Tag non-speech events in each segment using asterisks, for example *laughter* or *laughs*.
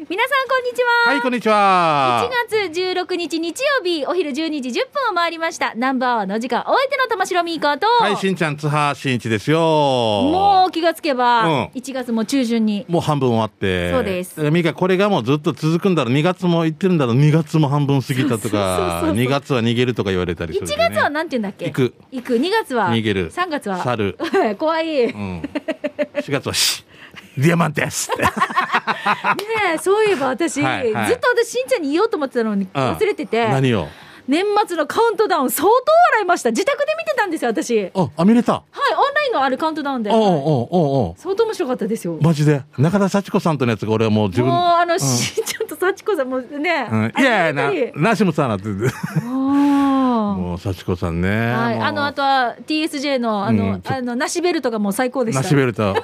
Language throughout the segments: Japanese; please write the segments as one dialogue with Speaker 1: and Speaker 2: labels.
Speaker 1: 皆さんこんにちは。
Speaker 2: はい、こんにちは。
Speaker 1: 1月16日日曜日お昼12時10分を回りましたナンバーワンの時間お相手の玉城ミーカーと、
Speaker 2: はい、しんちゃん、津波しんいちですよ。も
Speaker 1: もう気がつけば、
Speaker 2: うん
Speaker 1: 1月も中旬に
Speaker 2: う。半分終わって。
Speaker 1: そうです
Speaker 2: だからミカ、これがもうずっと続くんだろう。2月も行ってるんだろう。2月も半分過ぎた
Speaker 1: *laughs* そ
Speaker 2: とか
Speaker 1: うそうそう、そう
Speaker 2: 2月は逃げるとか言われたりす
Speaker 1: 1
Speaker 2: る、ね。
Speaker 1: 月はなんて言うんだっけ
Speaker 2: 行く。
Speaker 1: 行く2月は
Speaker 2: 逃げる。
Speaker 1: 3月は
Speaker 2: 去る。
Speaker 1: *laughs* 怖い、
Speaker 2: う
Speaker 1: ね
Speaker 2: ん。4月はし、ディアマンテスって。
Speaker 1: えそういえば私、
Speaker 2: はいはい
Speaker 1: ずっと私しんちゃんに言おうと思ってたのに *laughs*
Speaker 2: うん
Speaker 1: 忘れてて、
Speaker 2: 何を
Speaker 1: 年末のカウントダウン相当笑いました自宅で見てたんですよ私はい
Speaker 2: あ、あ、見れた。
Speaker 1: オンラインのあるカウントダウンで
Speaker 2: おうおうおうおう
Speaker 1: 相当面白かったですよ
Speaker 2: マジで。中田幸子さんとのやつが俺はもう自分。
Speaker 1: もうあの、
Speaker 2: うん
Speaker 1: しん *laughs* ちゃんと幸子さんもね、
Speaker 2: うん、いやいや
Speaker 1: あ
Speaker 2: な
Speaker 1: の二、人
Speaker 2: なしもさなって。 *laughs*
Speaker 1: も
Speaker 2: もう、幸子さんね。
Speaker 1: うはい、
Speaker 2: もう
Speaker 1: あのあとは TSJ のあの、
Speaker 2: うん
Speaker 1: あのナシベルトがもう最高でした
Speaker 2: ナシベル
Speaker 1: *laughs*
Speaker 2: ト。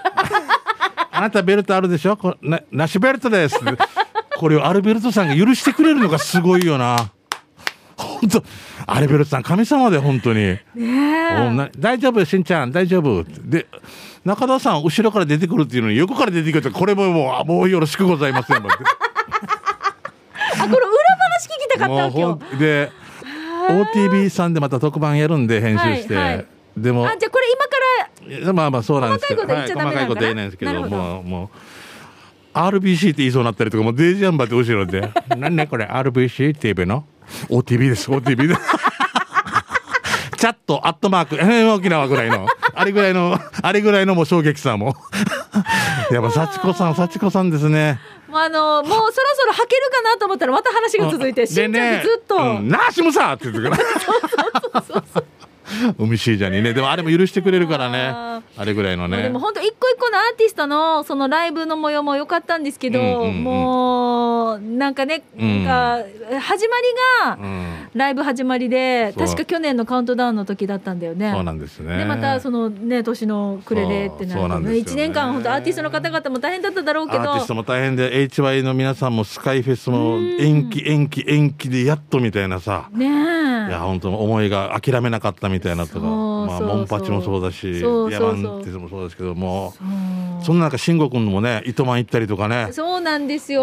Speaker 2: あなたベルトあるでしょこなナシベルトです。これをアルベルトさんが許してくれるのがすごいよな。本当アルベルトさん神様で本当に。お
Speaker 1: ねえ
Speaker 2: な大丈夫しんちゃん大丈夫で中田さん後ろから出てくるっていうのに横から出てくるってこれももうあもうよろしくございま
Speaker 1: *laughs*
Speaker 2: せん。
Speaker 1: あこの裏話聞きたかった
Speaker 2: もう
Speaker 1: わけ
Speaker 2: ほ
Speaker 1: よ
Speaker 2: んで OTB さんでまた特番やるんで編集して、
Speaker 1: はいはい
Speaker 2: でも
Speaker 1: あじゃあこれ今から
Speaker 2: まあまあそうなんですけど
Speaker 1: 細かいこと言っちゃダメなのかな
Speaker 2: はい細かいこと言えないんですけど
Speaker 1: なるほど
Speaker 2: もうもう RBC って言いそうになったりとかもうデイジャンバーって後ろで「 *laughs* 何ねこれ RBCTV の OTV です OTV です」 *laughs* チャットアットマーク FM 沖縄ぐらいのあれぐらいのあれぐらいのもう衝撃さもうやっぱ幸子さん幸子さんですね
Speaker 1: もうあのもうそろそろ履けるかなと思ったらまた話が続いてしんちゃ
Speaker 2: で
Speaker 1: んがずっと、
Speaker 2: うんなあしもさって言ってくる *laughs* 海しいじゃんにねでもあれも許してくれるから
Speaker 1: あ
Speaker 2: ねあれぐらいの
Speaker 1: もう
Speaker 2: ね
Speaker 1: でも本当一個一個のアーティストのそのライブの模様も良かったんですけど、
Speaker 2: うんうんうん
Speaker 1: もうなんかね、
Speaker 2: うん
Speaker 1: なんか始まりが、
Speaker 2: うん
Speaker 1: ライブ始まりで
Speaker 2: そう
Speaker 1: 確か去年のカウントダウンの時だったんだよね。
Speaker 2: そうなんですね。
Speaker 1: でまたそのね年の暮れでってなる
Speaker 2: そうそ
Speaker 1: と
Speaker 2: うなんです
Speaker 1: ね
Speaker 2: よね
Speaker 1: 一年間本当アーティストの方々も大変だっただろうけ
Speaker 2: ア
Speaker 1: ど
Speaker 2: ーティストも大変で HY の皆さんもスカイフェスも延期延期延期でやっとみたいなさ、
Speaker 1: ね
Speaker 2: い
Speaker 1: え
Speaker 2: や本当思いが諦めなかったみたいなとか、
Speaker 1: そう
Speaker 2: まあ
Speaker 1: そうそう
Speaker 2: モンパチもそうだし、
Speaker 1: そうそうそう
Speaker 2: ヤマンテスもそうですけども、
Speaker 1: うん
Speaker 2: そんな中慎吾君もね糸満行ったりとかね。
Speaker 1: そうなんです
Speaker 2: う
Speaker 1: よ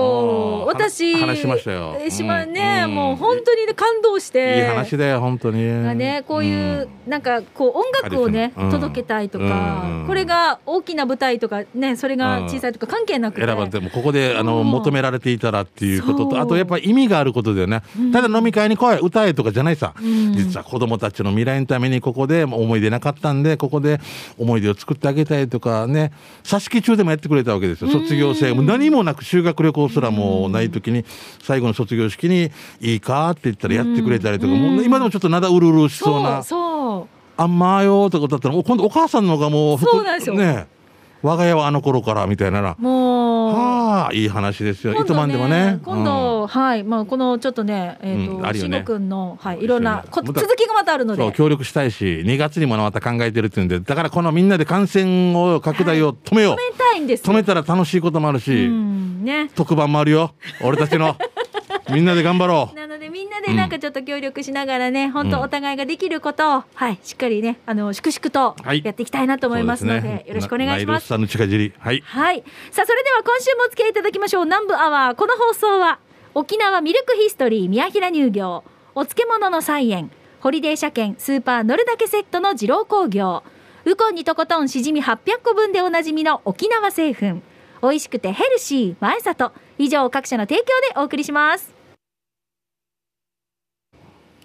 Speaker 2: ん
Speaker 1: 私
Speaker 2: 話話しましたよ
Speaker 1: えしま
Speaker 2: うん
Speaker 1: ね
Speaker 2: うん
Speaker 1: もう本当にね感動し
Speaker 2: い
Speaker 1: て
Speaker 2: い話だよ本当に。
Speaker 1: がねこういう、なんかこう音楽をね
Speaker 2: カリスマうん
Speaker 1: 届けたいとか、
Speaker 2: うんうん
Speaker 1: これが大きな舞台とかねそれが小さいとか関係なく
Speaker 2: う
Speaker 1: て
Speaker 2: ん選ばれてもここであの
Speaker 1: うん
Speaker 2: 求められていたらっていうこと
Speaker 1: そう
Speaker 2: とあとやっぱ意味があることだよね、ただ飲み会に来い歌えとかじゃないさ、
Speaker 1: ん
Speaker 2: 実は子供たちの未来のためにここでもう思い出なかったんでここで思い出を作ってあげたいとかね差し木中でもやってくれたわけですよ卒業生もう何もなく修学旅行すらもうない時に最後の卒業式に「いいか?」って言ったらやってくれたりとか、もう今でもちょっとなだうるうるしそう
Speaker 1: そ
Speaker 2: な
Speaker 1: うそう
Speaker 2: あんまよーとかだったら、もう今度お母さんの方がもう、
Speaker 1: そうなんですよ
Speaker 2: ね我が家はあの頃から、みたいなな。
Speaker 1: もう
Speaker 2: はあ、いい話ですよ。
Speaker 1: 今
Speaker 2: 糸
Speaker 1: 度
Speaker 2: 満でもね。
Speaker 1: 今度、はい、まあ、このちょっとね、えっ、
Speaker 2: うん
Speaker 1: と、
Speaker 2: あ
Speaker 1: し
Speaker 2: るよ
Speaker 1: ん
Speaker 2: ね
Speaker 1: ごくんの、はい、いろんな
Speaker 2: 一緒に、
Speaker 1: こ、
Speaker 2: また
Speaker 1: 続きがまたある
Speaker 2: う
Speaker 1: の
Speaker 2: ん、そ
Speaker 1: で
Speaker 2: う、。協力したいし、2月にもまた考えてるっていうんで、だからこのみんなで感染を拡大を止めよう。
Speaker 1: 止めたいんですよ。
Speaker 2: 止めたら楽しいこともあるし、
Speaker 1: うん、ね。
Speaker 2: 特番もあるよ。俺たち
Speaker 1: *laughs*
Speaker 2: の。みんなで頑張ろう。
Speaker 1: なので、みんなで、なんかちょっと協力しながらね、本当お互いができることを、はい、しっかりね、あの、粛々と
Speaker 2: はい
Speaker 1: やっていきたいなと思いますので、
Speaker 2: そうすね
Speaker 1: よろしくお願いしま
Speaker 2: ナイルス
Speaker 1: す。
Speaker 2: さんの近尻。はい。
Speaker 1: はい。さあ、それでは今週もお付き合いいただきましょう。南部アワー。この放送は、沖縄ミルクヒストリー宮平乳業、お漬物の菜園、ホリデー車券スーパー乗るだけセットの二郎工業、ウコンにとことんしじみ800個分でおなじみの沖縄製粉、美味しくてヘルシー、前里。以上、各社の提供でお送りします。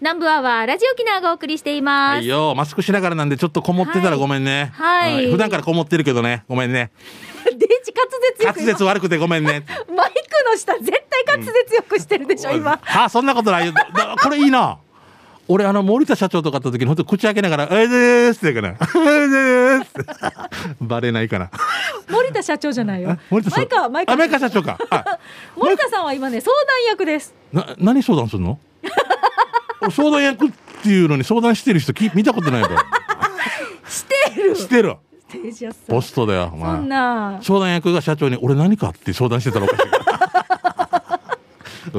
Speaker 1: 南部アワー、ラジオ沖縄がお送りしています。 *laughs*
Speaker 2: はいよ、マスクしながらなんでちょっとこもってたらごめんね。
Speaker 1: はいはい
Speaker 2: うん普段からこもってるけどね。ごめんね。
Speaker 1: デージ滑舌よ
Speaker 2: 滑
Speaker 1: く
Speaker 2: 舌悪くてごめんね。
Speaker 1: 今マイクの下、絶対滑舌よくしてるでしょ、今。
Speaker 2: あ、そんなことないよ。だこれいいな。俺、あの、森田社長とか会った時に、本当口開けながら、えいでーすって言うから、えいでーすって。バレないかな。
Speaker 1: 森田社長じゃないよ
Speaker 2: あ。森田
Speaker 1: 前川、前
Speaker 2: あ、前
Speaker 1: 川。
Speaker 2: 川社長か。あ、
Speaker 1: 森田さんは今ね、相談役です。
Speaker 2: な、何相談するの俺相談役っていうのに相談してる人き見たことないから。
Speaker 1: してる。
Speaker 2: してる。
Speaker 1: 定時屋さん。
Speaker 2: ポストだよ、お
Speaker 1: そ
Speaker 2: 前
Speaker 1: ん。な。
Speaker 2: 相談役が社長に「俺何か?」って相談してたらおかしいから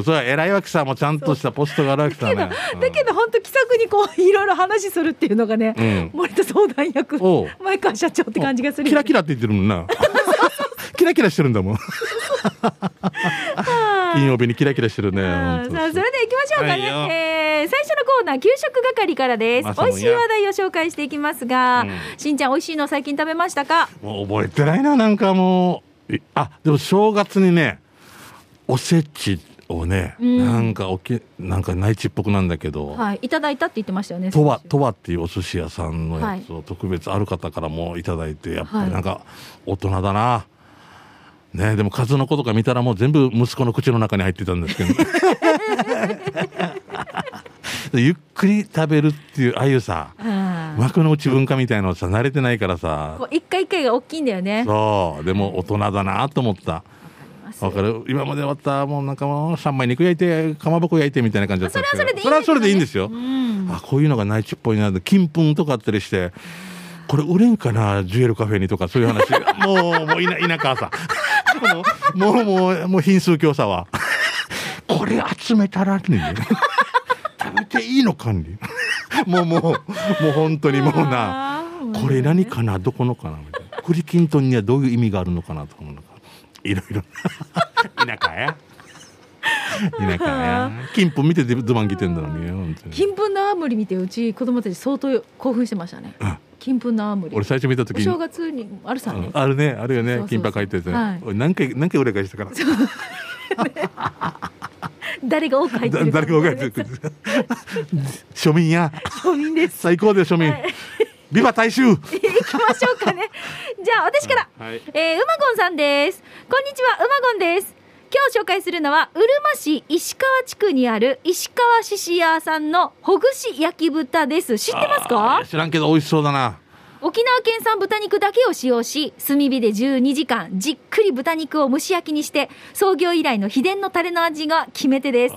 Speaker 2: それは偉いわけさもうちゃんとしたポストがあるわけさ
Speaker 1: け
Speaker 2: ね
Speaker 1: ど、だけど、本当気さくにこう、いろいろ話するっていうのがね
Speaker 2: う。ん
Speaker 1: 森田相談役
Speaker 2: おう。
Speaker 1: 前川社長って感じがする。 *laughs*
Speaker 2: キラキラって言ってるもんなキラキラしてるんだもん金曜日にキラキラしてるね。
Speaker 1: さあ
Speaker 2: 本
Speaker 1: それ
Speaker 2: 当
Speaker 1: では行きましょうかね、
Speaker 2: はいよ
Speaker 1: えー最初のコーナー給食係からです
Speaker 2: まさ
Speaker 1: 美
Speaker 2: もんや
Speaker 1: 味しい話題を紹介していきますが、
Speaker 2: うん
Speaker 1: しんちゃん美味しいの最近食べましたか
Speaker 2: もう覚えてないな、なんかもう。えあ、でも正月にね、おせちをね、
Speaker 1: うん
Speaker 2: なんかおけ、なんか内地っぽくなんだけど、
Speaker 1: はいいただいたって言ってましたよね
Speaker 2: とわ、
Speaker 1: 先週
Speaker 2: とわっていうお寿司屋さんのやつを特別ある方からもいただいて、やっぱりなんか大人だな。ねでも数の子とか見たらもう全部息子の口の中に入ってたんです *laughs* けど。ゆっくり食べるっていう、ああいうさ、
Speaker 1: うん
Speaker 2: 幕の内文化みたいのさ、慣れてないからさ
Speaker 1: こ、う一回一回が大きいんだよね
Speaker 2: そう、でも大人だなと思った。わかる今まで終わった、もうなんかもう3枚肉焼いて、かまぼこ焼いてみたいな感じだったんですけど。
Speaker 1: それはそれでいいんだけどね
Speaker 2: それはそれでいいんです
Speaker 1: うん
Speaker 2: よ。あこういうのが内地っぽいなで金粉とかあったりしてこれ売れんかなジュエルカフェにとかそういう話もうもういな田舎さもうもうもうもう品数強さはこれ集めたらね食べていいのかねもうもうもう本当にもうな
Speaker 1: あーもうね
Speaker 2: これ何かなどこのかなみたいな栗きんとんにはどういう意味があるのかなとかもなんかいろいろ田舎や田舎や金粉見ててドバン来てんだろうね本当に
Speaker 1: 金粉のあむり見てうち子供たち相当興奮してましたね
Speaker 2: うん
Speaker 1: 金粉のあむり
Speaker 2: 俺最初見た時
Speaker 1: お
Speaker 2: に
Speaker 1: 正月にあるさね、
Speaker 2: うんあるねあるよ
Speaker 1: そうそ
Speaker 2: ね
Speaker 1: うそう
Speaker 2: 金箔入ってるやつね、
Speaker 1: はい
Speaker 2: 俺何回何回俺がしたから
Speaker 1: 誰が多く入ってる
Speaker 2: だ誰か分かってる庶民や
Speaker 1: 庶民です
Speaker 2: 最高だよ庶民、
Speaker 1: はい
Speaker 2: ビバ大衆
Speaker 1: 行きましょうか
Speaker 2: *laughs*
Speaker 1: ね。じゃあ私から、
Speaker 2: はい
Speaker 1: えーうまごんさんです。こんにちは、うまごんです。今日紹介するのはうるま市石川地区にある石川獅子屋さんのほぐし焼き豚です。知ってます
Speaker 2: あ
Speaker 1: か
Speaker 2: ー？知らんけど美味しそうだな
Speaker 1: 沖縄県産豚肉だけを使用し、炭火で12時間じっくり豚肉を蒸し焼きにして、創業以来の秘伝のタレの味が決め手です。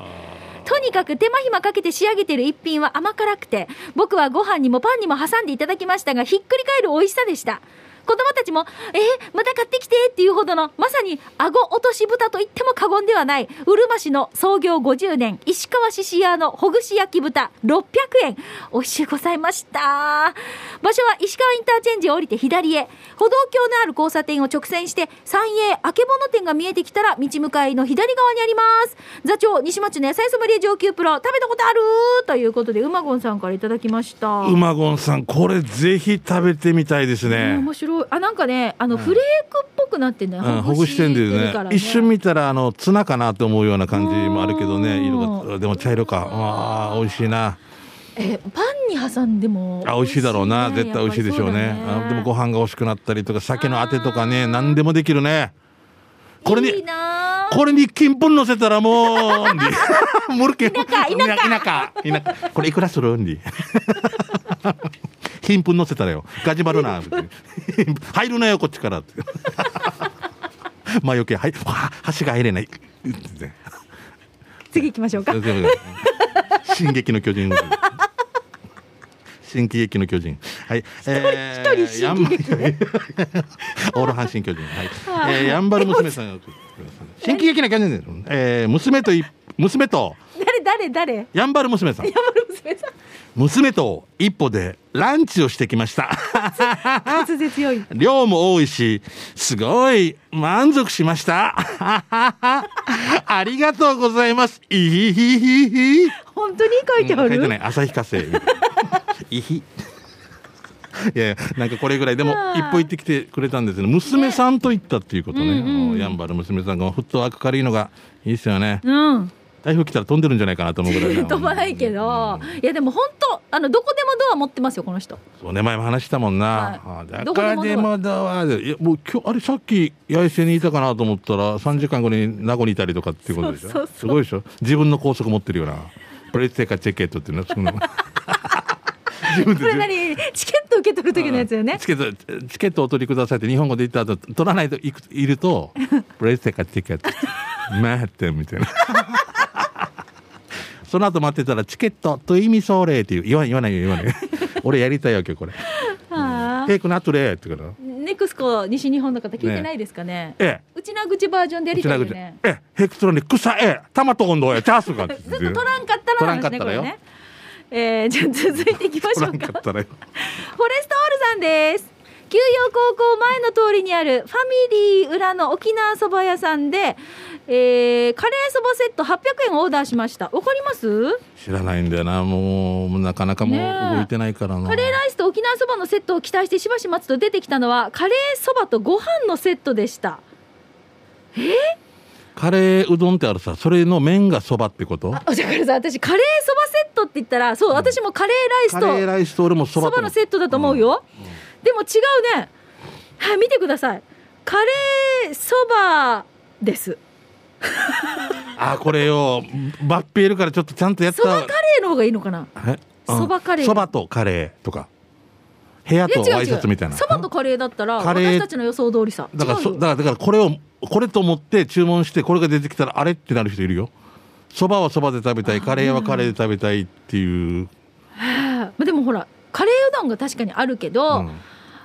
Speaker 1: とにかく手間暇かけて仕上げてる一品は甘辛くて、僕はご飯にもパンにも挟んでいただきましたが、ひっくり返る美味しさでした。子供たちも、えーまた買ってきてっていうほどの、まさに顎落とし豚と言っても過言ではない、うるま市の創業50年、石川獅子屋のほぐし焼き豚600円。美味しゅうございました。場所は石川インターチェンジを降りて左へ、歩道橋のある交差点を直線して、三栄あけぼの店が見えてきたら、道向かいの左側にあります。座長、西町の野菜ソムリエ上級プロ、食べたことあるということで、うまごんさんからいただきました。
Speaker 2: 馬ゴンさんこれぜひ食べてみたいです
Speaker 1: うん
Speaker 2: ね
Speaker 1: 面白いあなんかねあのフレークっぽくなってんだよ、
Speaker 2: うん、ほぐしてん
Speaker 1: ほ
Speaker 2: で
Speaker 1: ぐ
Speaker 2: ね
Speaker 1: るから
Speaker 2: 一瞬見たらあのツナかなと思うような感じもあるけど
Speaker 1: う
Speaker 2: ね
Speaker 1: ん
Speaker 2: 色がでも茶色かあー美味しいな
Speaker 1: えパンに挟んでも
Speaker 2: あ美味しいだろうな絶対美味しいでしょうねあでもご
Speaker 1: 飯
Speaker 2: 飯が欲しくなったりとか酒のあてとか
Speaker 1: あ
Speaker 2: ね
Speaker 1: ー
Speaker 2: 何でもできるねこれに
Speaker 1: いいなあ
Speaker 2: これに金粉乗せたら
Speaker 1: *laughs*
Speaker 2: も *laughs* うんでモルケ田
Speaker 1: 舎田
Speaker 2: 舎田舎これいくらするんで *laughs* 金粉乗せたらよガジバルな入るなよこっちからって *laughs* 魔除けはいわあ箸が入
Speaker 1: *laughs*
Speaker 2: れないって
Speaker 1: 次行きましょうか
Speaker 2: 進撃の巨人。進撃の巨人。はい。え
Speaker 1: 一人進
Speaker 2: ヤンバル *laughs* オール阪神巨人。はい。えー、やんばる娘さんが送ってくださ *laughs* い。進撃の巨人です。えー、娘とい、娘と、
Speaker 1: 誰誰誰山
Speaker 2: やんばる娘さん。
Speaker 1: 本娘さん
Speaker 2: 娘と一歩でランチをしてきました。 *laughs*
Speaker 1: 滑舌強い
Speaker 2: 量も多いし、すごい満足しました。 *laughs* ありがとうございます。いひひひひ。
Speaker 1: 本当に書いてあ
Speaker 2: うん
Speaker 1: る、
Speaker 2: ない旭化成
Speaker 1: *laughs*
Speaker 2: みたいないひいやいやなんかこれぐらいでも
Speaker 1: あー
Speaker 2: 一歩行ってきてくれたんですね娘さんと行ったっていうことね
Speaker 1: ねうんうん
Speaker 2: やんばる娘さんがフットワーク軽いのがいいですよね
Speaker 1: うん
Speaker 2: 台風来たら飛んでるんじゃないかなと思うぐらい
Speaker 1: *laughs*
Speaker 2: ね
Speaker 1: 飛ばないけど、いやでも本当あのどこでもドア持ってますよこの人
Speaker 2: そうね前も話したもんな、
Speaker 1: はい
Speaker 2: あ
Speaker 1: ど
Speaker 2: だ
Speaker 1: こで
Speaker 2: か
Speaker 1: も
Speaker 2: らでもだわいやもう今日あれさっき八重瀬にいたかなと思ったら3時間後に名護にいたりとかっていうことでし
Speaker 1: そ
Speaker 2: ょ
Speaker 1: うそうそう
Speaker 2: すごいでしょ自分の高速持ってるよなプレステカチェケットっていうのは
Speaker 1: *laughs*
Speaker 2: そんな自分で
Speaker 1: これ何チケット受け取る時のやつよね
Speaker 2: チケットチケットをお取りくださいって日本語で言った後取らないといくい
Speaker 1: *laughs*
Speaker 2: るとプレイステ買ってきて待って *laughs* みたいなその後待ってたらチケットと意味それっていう言わない言わないよ言わない
Speaker 1: *laughs*
Speaker 2: 俺やりたいわけよこれ
Speaker 1: はあ
Speaker 2: えこの後でって言うから
Speaker 1: ネクスコ西日本の方聞いてないですかね
Speaker 2: ええ
Speaker 1: うちなぐちバージョンでやりたいよね
Speaker 2: ええヘクトロニックさえ玉と温度えチャンスが
Speaker 1: ずっと取らんかったらなんですねこ
Speaker 2: 取
Speaker 1: れ
Speaker 2: らんかったらよ
Speaker 1: ねえー、じゃあ続いていきましょう
Speaker 2: 取らんか
Speaker 1: か
Speaker 2: ったらよ
Speaker 1: フォレストオールさんです休養高校前の通りにあるファミリー裏の沖縄そば屋さんで、えーカレーそばセット800円オーダーしましたわかります
Speaker 2: 知らないんだよなもうなかなかも
Speaker 1: ねえ
Speaker 2: う動いてないからな、
Speaker 1: カレーライスと沖縄そばのセットを期待してしばし待つと出てきたのはカレーそばとご飯のセットでした
Speaker 2: カレーうどんってあるさそれの麺がそばってこと
Speaker 1: あだからさ私カレーそばセットって言ったらそう私もカレー
Speaker 2: カ
Speaker 1: ライ
Speaker 2: レー
Speaker 1: ス
Speaker 2: ライスと俺も
Speaker 1: と
Speaker 2: そば
Speaker 1: そばのセットだと思うよ、でも違うねはい見てくださいカレーそばです
Speaker 2: あこれよバッペいるからちょっとちゃんとやっ
Speaker 1: そばカ
Speaker 2: た
Speaker 1: レーの方がいいのかな
Speaker 2: えうん
Speaker 1: そばカレー
Speaker 2: そばとカレーとか部屋
Speaker 1: い
Speaker 2: と
Speaker 1: や
Speaker 2: ワ
Speaker 1: 違う
Speaker 2: イ
Speaker 1: 違
Speaker 2: シャツみたいうな
Speaker 1: そばとカレーだったら
Speaker 2: カレー
Speaker 1: 私たちの予想通りさ
Speaker 2: だから
Speaker 1: 違う
Speaker 2: そ
Speaker 1: よ
Speaker 2: だからだからこれをこれと思って注文してこれが出てきたらあれってなる人いるよそばはそばで食べたいカレーはカレーで食べたいっていう、
Speaker 1: まあでもほらカレーうどんが確かにあるけど、
Speaker 2: うん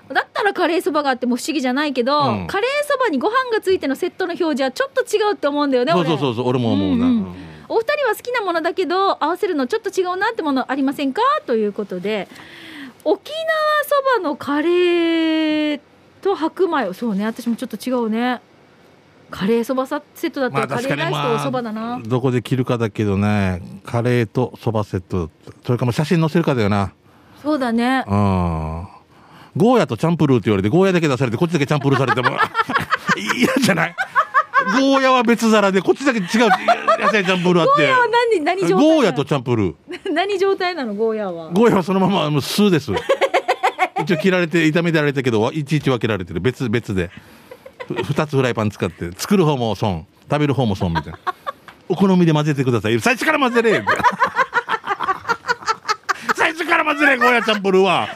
Speaker 1: だったらカレーそばがあっても不思議じゃないけど、
Speaker 2: うん
Speaker 1: カレーそばにご飯がついてのセットの表示はちょっと違うって思うんだよね
Speaker 2: そうそう
Speaker 1: 俺
Speaker 2: そうそう俺も思
Speaker 1: う
Speaker 2: うな、
Speaker 1: んうん
Speaker 2: うん
Speaker 1: お二人は好きなものだけど合わせるのちょっと違うなってものありませんかということで沖縄そばのカレーと白米をそうね私もちょっと違うねカレーそばさセットだったらカレーライスとおそばだな、
Speaker 2: どこで切るかだけどねカレーとそばセットそれかもう写真載せるかだよな
Speaker 1: そうだね
Speaker 2: うんゴーヤとチャンプルーって言われてゴーヤだけ出されてこっちだけチャンプルーされても *laughs* 嫌じゃないゴーヤは別皿でこっちだけ違う野菜チャンプルーあっ
Speaker 1: ゴー
Speaker 2: て
Speaker 1: ヤは何何状態なの
Speaker 2: ゴーヤとチャンプルー
Speaker 1: *laughs* 何状態なのゴーヤは
Speaker 2: ゴーヤはそのままもう酢です *laughs* 一応切られて炒めてられたけどいちいち分けられてる別別でふ二つフライパン使って作る方も損食べる方も損みたいなお好みで混ぜてください最初から混ぜれ *laughs* 最初から混ぜれゴーヤチャンプルーは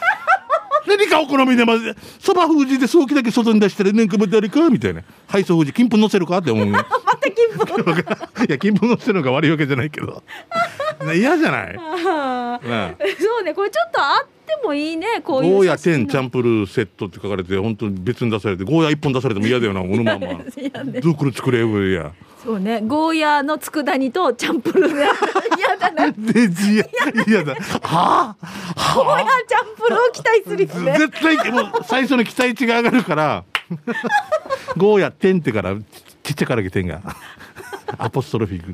Speaker 2: 何かお好みで混ぜそば封じで早期だけ外に出してるねんかも誰かみたいな配送封じ金粉乗せるかって思う
Speaker 1: *laughs*
Speaker 2: よ
Speaker 1: また金粉
Speaker 2: *laughs* いや金粉乗せるのが悪いわけじゃないけど *laughs* 嫌じゃない、ね
Speaker 1: あー
Speaker 2: え
Speaker 1: *laughs* そうねこれちょっとあってもいいねこういう
Speaker 2: ゴーヤ
Speaker 1: 写真
Speaker 2: 天
Speaker 1: の
Speaker 2: チャンプルーセットって書かれて本当に別に出されてゴーヤ一本出されても嫌だよなこ
Speaker 1: *laughs*
Speaker 2: のまんま
Speaker 1: 嫌だね
Speaker 2: どこれ作れよや
Speaker 1: そうねゴーヤの佃煮とチャンプルー *laughs* ね嫌だなゴ
Speaker 2: でじや嫌だはあ
Speaker 1: ーヤチャンプルーを期待するよね
Speaker 2: 絶対もう最初の期待値が上がるからゴーヤ天ってからちちっちゃからげ天がアポストロフィー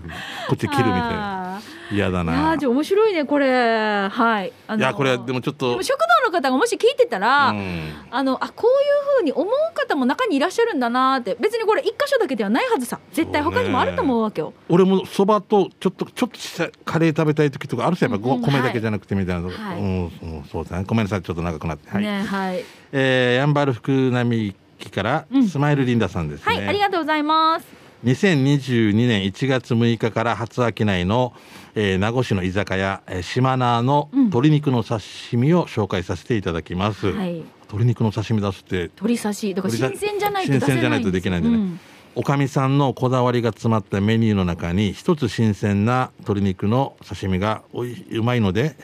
Speaker 2: こっち切るみたいな
Speaker 1: あ
Speaker 2: 嫌
Speaker 1: ー
Speaker 2: だ
Speaker 1: いや
Speaker 2: な
Speaker 1: ーじゃあ面白いねこれはいあ
Speaker 2: い
Speaker 1: の
Speaker 2: やこれでもちょっ
Speaker 1: で
Speaker 2: と
Speaker 1: も食堂の方がもし聞いてたら、
Speaker 2: うん
Speaker 1: あのあこういうふうに思う方も中にいらっしゃるんだなーって別にこれ一箇所だけではないはずさ絶対他にもあると思うわけよ、
Speaker 2: 俺もそばとちょっとちょっとしたカレー食べたい時とかあるさやっぱご
Speaker 1: うんうん
Speaker 2: 米だけじゃなくてみたいなとこ
Speaker 1: はい
Speaker 2: うんうんそうだねごめんなさいちょっと長くなってはい
Speaker 1: ねはい、
Speaker 2: えーヤンバル福並木から、
Speaker 1: うん
Speaker 2: スマイルリンダさんです
Speaker 1: は
Speaker 2: ね。
Speaker 1: いありがとうございます
Speaker 2: 2022年1月6日から初商いの、えー名護市の居酒屋、えー、島名の
Speaker 1: うん
Speaker 2: 鶏肉の刺身を紹介させていただきます。
Speaker 1: はい
Speaker 2: 鶏肉の刺身出すって、
Speaker 1: 鳥刺しだから新鮮じゃないと出
Speaker 2: 新
Speaker 1: せない
Speaker 2: 鮮じゃないとできないんでね。
Speaker 1: うん
Speaker 2: おかみさんのこだわりが詰まったメニューの中に一つ新鮮な鶏肉の刺身がおいうまいので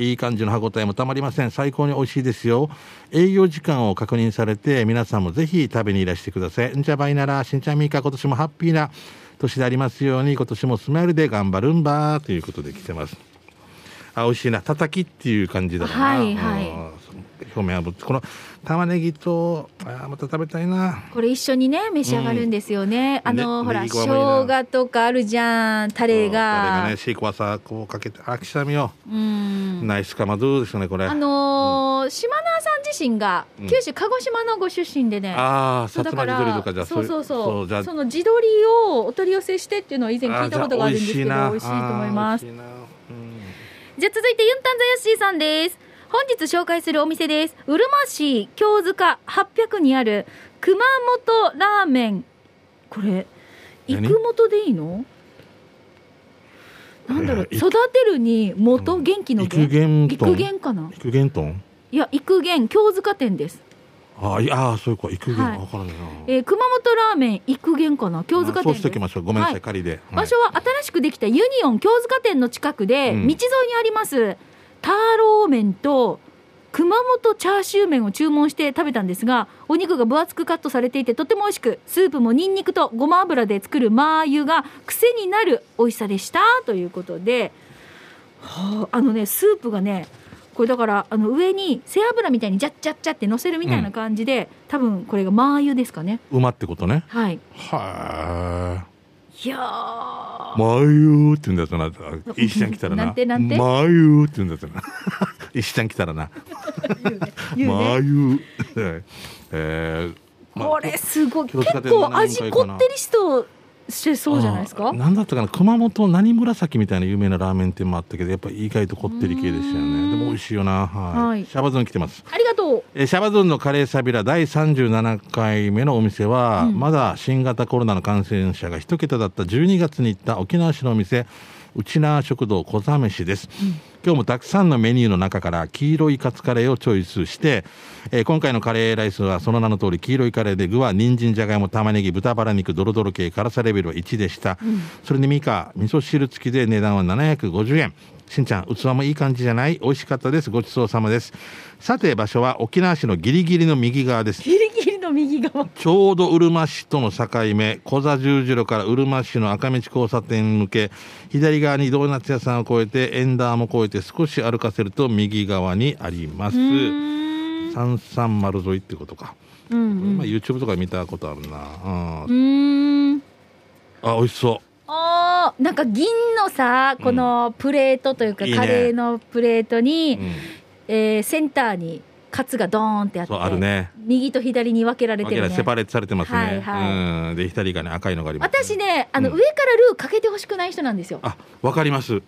Speaker 2: いい感じの歯ごたえもたまりません最高に美味しいですよ営業時間を確認されて皆さんもぜひ食べにいらしてくださいんじゃばいならしんちゃんみーか今年もハッピーな年でありますように今年もスマイルで頑張るんばということで来てますあ美味しいなたたきっていう感じだな、
Speaker 1: はいはい
Speaker 2: うん表面はこの玉ねぎとあーまた食べたいな
Speaker 1: これ一緒にね召し上がるんですよね、あの
Speaker 2: ね
Speaker 1: ほら
Speaker 2: ネギ
Speaker 1: 生
Speaker 2: ごまもいいな
Speaker 1: 姜とかあるじゃんタレ
Speaker 2: こ
Speaker 1: が
Speaker 2: れねシークワーサーこうかけてあ刻みよ
Speaker 1: うん
Speaker 2: ナイスカマドゥですねこれ
Speaker 1: あのー島名さん自身が
Speaker 2: うん
Speaker 1: 九州鹿児島のご出身でね、
Speaker 2: ああ
Speaker 1: そ
Speaker 2: さ
Speaker 1: うだか
Speaker 2: つまり
Speaker 1: ら
Speaker 2: 鶏とかじゃ
Speaker 1: そうそうそう
Speaker 2: じゃあ
Speaker 1: その地鶏をお取り寄せしてっていうのを以前聞いたことがあるんですけど美味しいと思います
Speaker 2: あー美味しいなうん
Speaker 1: じゃあ続いてユンタンザヨッシーさんです。本日紹介するお店です。うるま市京塚800にある熊本ラーメン。これ、
Speaker 2: 何
Speaker 1: 育元でいいのなんだろう、
Speaker 2: いやい
Speaker 1: 育てるに元
Speaker 2: うん
Speaker 1: 元気の
Speaker 2: 育元豚
Speaker 1: 育元かな
Speaker 2: 育元豚
Speaker 1: いや、育元京塚店です。
Speaker 2: あーいあーそういう子育元
Speaker 1: はい
Speaker 2: わからないな
Speaker 1: えー熊本ラーメン育元かな京
Speaker 2: ま
Speaker 1: 塚
Speaker 2: あそ
Speaker 1: 店
Speaker 2: うしと
Speaker 1: です。
Speaker 2: きましょうごめんなさ
Speaker 1: はい
Speaker 2: 仮で
Speaker 1: 場所は新しくできたユニオン京塚店の近くで、
Speaker 2: う
Speaker 1: 道沿
Speaker 2: ん
Speaker 1: いにありますターロー麺と熊本チャーシュー麺を注文して食べたんですがお肉が分厚くカットされていてとても美味しくスープもニンニクとごま油で作るマー油が癖になる美味しさでしたということで、はあ、あのねスープがねこれだからあの上に背脂みたいにジャッジャッジャって乗せるみたいな感じで、多分これがマー油ですかね
Speaker 2: 馬ってことね
Speaker 1: はい
Speaker 2: は
Speaker 1: いやー
Speaker 2: まゆーって言うんだったな。石ちゃん来たらな。
Speaker 1: なんてなんて
Speaker 2: まゆーって言うんだっ
Speaker 1: *laughs*
Speaker 2: たな。石ちゃん来たらな。
Speaker 1: 言うね
Speaker 2: まゆー。はい
Speaker 1: *laughs*
Speaker 2: えーまあ
Speaker 1: これすごい
Speaker 2: 気を使
Speaker 1: 結
Speaker 2: って
Speaker 1: 構味こ
Speaker 2: 何
Speaker 1: ってりしとしてそうじゃないです
Speaker 2: あ
Speaker 1: か
Speaker 2: ーなんだったかな熊本何紫みたいな有名なラーメン店もあったけどやっぱ意外とこってり系でし
Speaker 1: うー
Speaker 2: たよ
Speaker 1: ん
Speaker 2: ねでも美味しいよなは
Speaker 1: は
Speaker 2: い、
Speaker 1: い
Speaker 2: シャバゾン来てます
Speaker 1: ありがとう
Speaker 2: えーシャバゾンのカレーサビラ第37回目のお店は、
Speaker 1: うん
Speaker 2: まだ新型コロナの感染者が一桁だった12月に行った沖縄市のお店内縄食堂小ざめしです、今日もたくさんのメニューの中から黄色いカツカレーをチョイスして、えー今回のカレーライスはその名の通り黄色いカレーで具は人参じゃがいも玉ねぎ豚バラ肉ドロドロ系辛さレベルは1でした、それにミカ味噌汁付きで値段は750円しんちゃん器もいい感じじゃない美味しかったですごちそうさまですさて場所は沖縄市のギリギリの右側です
Speaker 1: ギリギリの右側
Speaker 2: ちょうどうるま市との境目小座十字路からうるま市の赤道交差点向け左側にドーナツ屋さんを越えてエンダーも越えて少し歩かせると右側にあります
Speaker 1: うーん
Speaker 2: 330沿いってことか、
Speaker 1: うんうん
Speaker 2: まあ、YouTube とか見たことあるな、うん
Speaker 1: うーん
Speaker 2: あ美味しそ
Speaker 1: あーなんか銀のさこのプレートというか、
Speaker 2: いいね
Speaker 1: カレーのプレート
Speaker 2: う、
Speaker 1: に
Speaker 2: うん
Speaker 1: えーセンターにカツがドーンってあって
Speaker 2: そうあるね
Speaker 1: 右と左に分けられてる
Speaker 2: わ
Speaker 1: ね
Speaker 2: けがセパレートされてますね、
Speaker 1: はいは
Speaker 2: うんで左がね赤いのがあります、
Speaker 1: 私ねあの、
Speaker 2: うん
Speaker 1: 上からルーかけてほしくない人なんですよ
Speaker 2: あわかります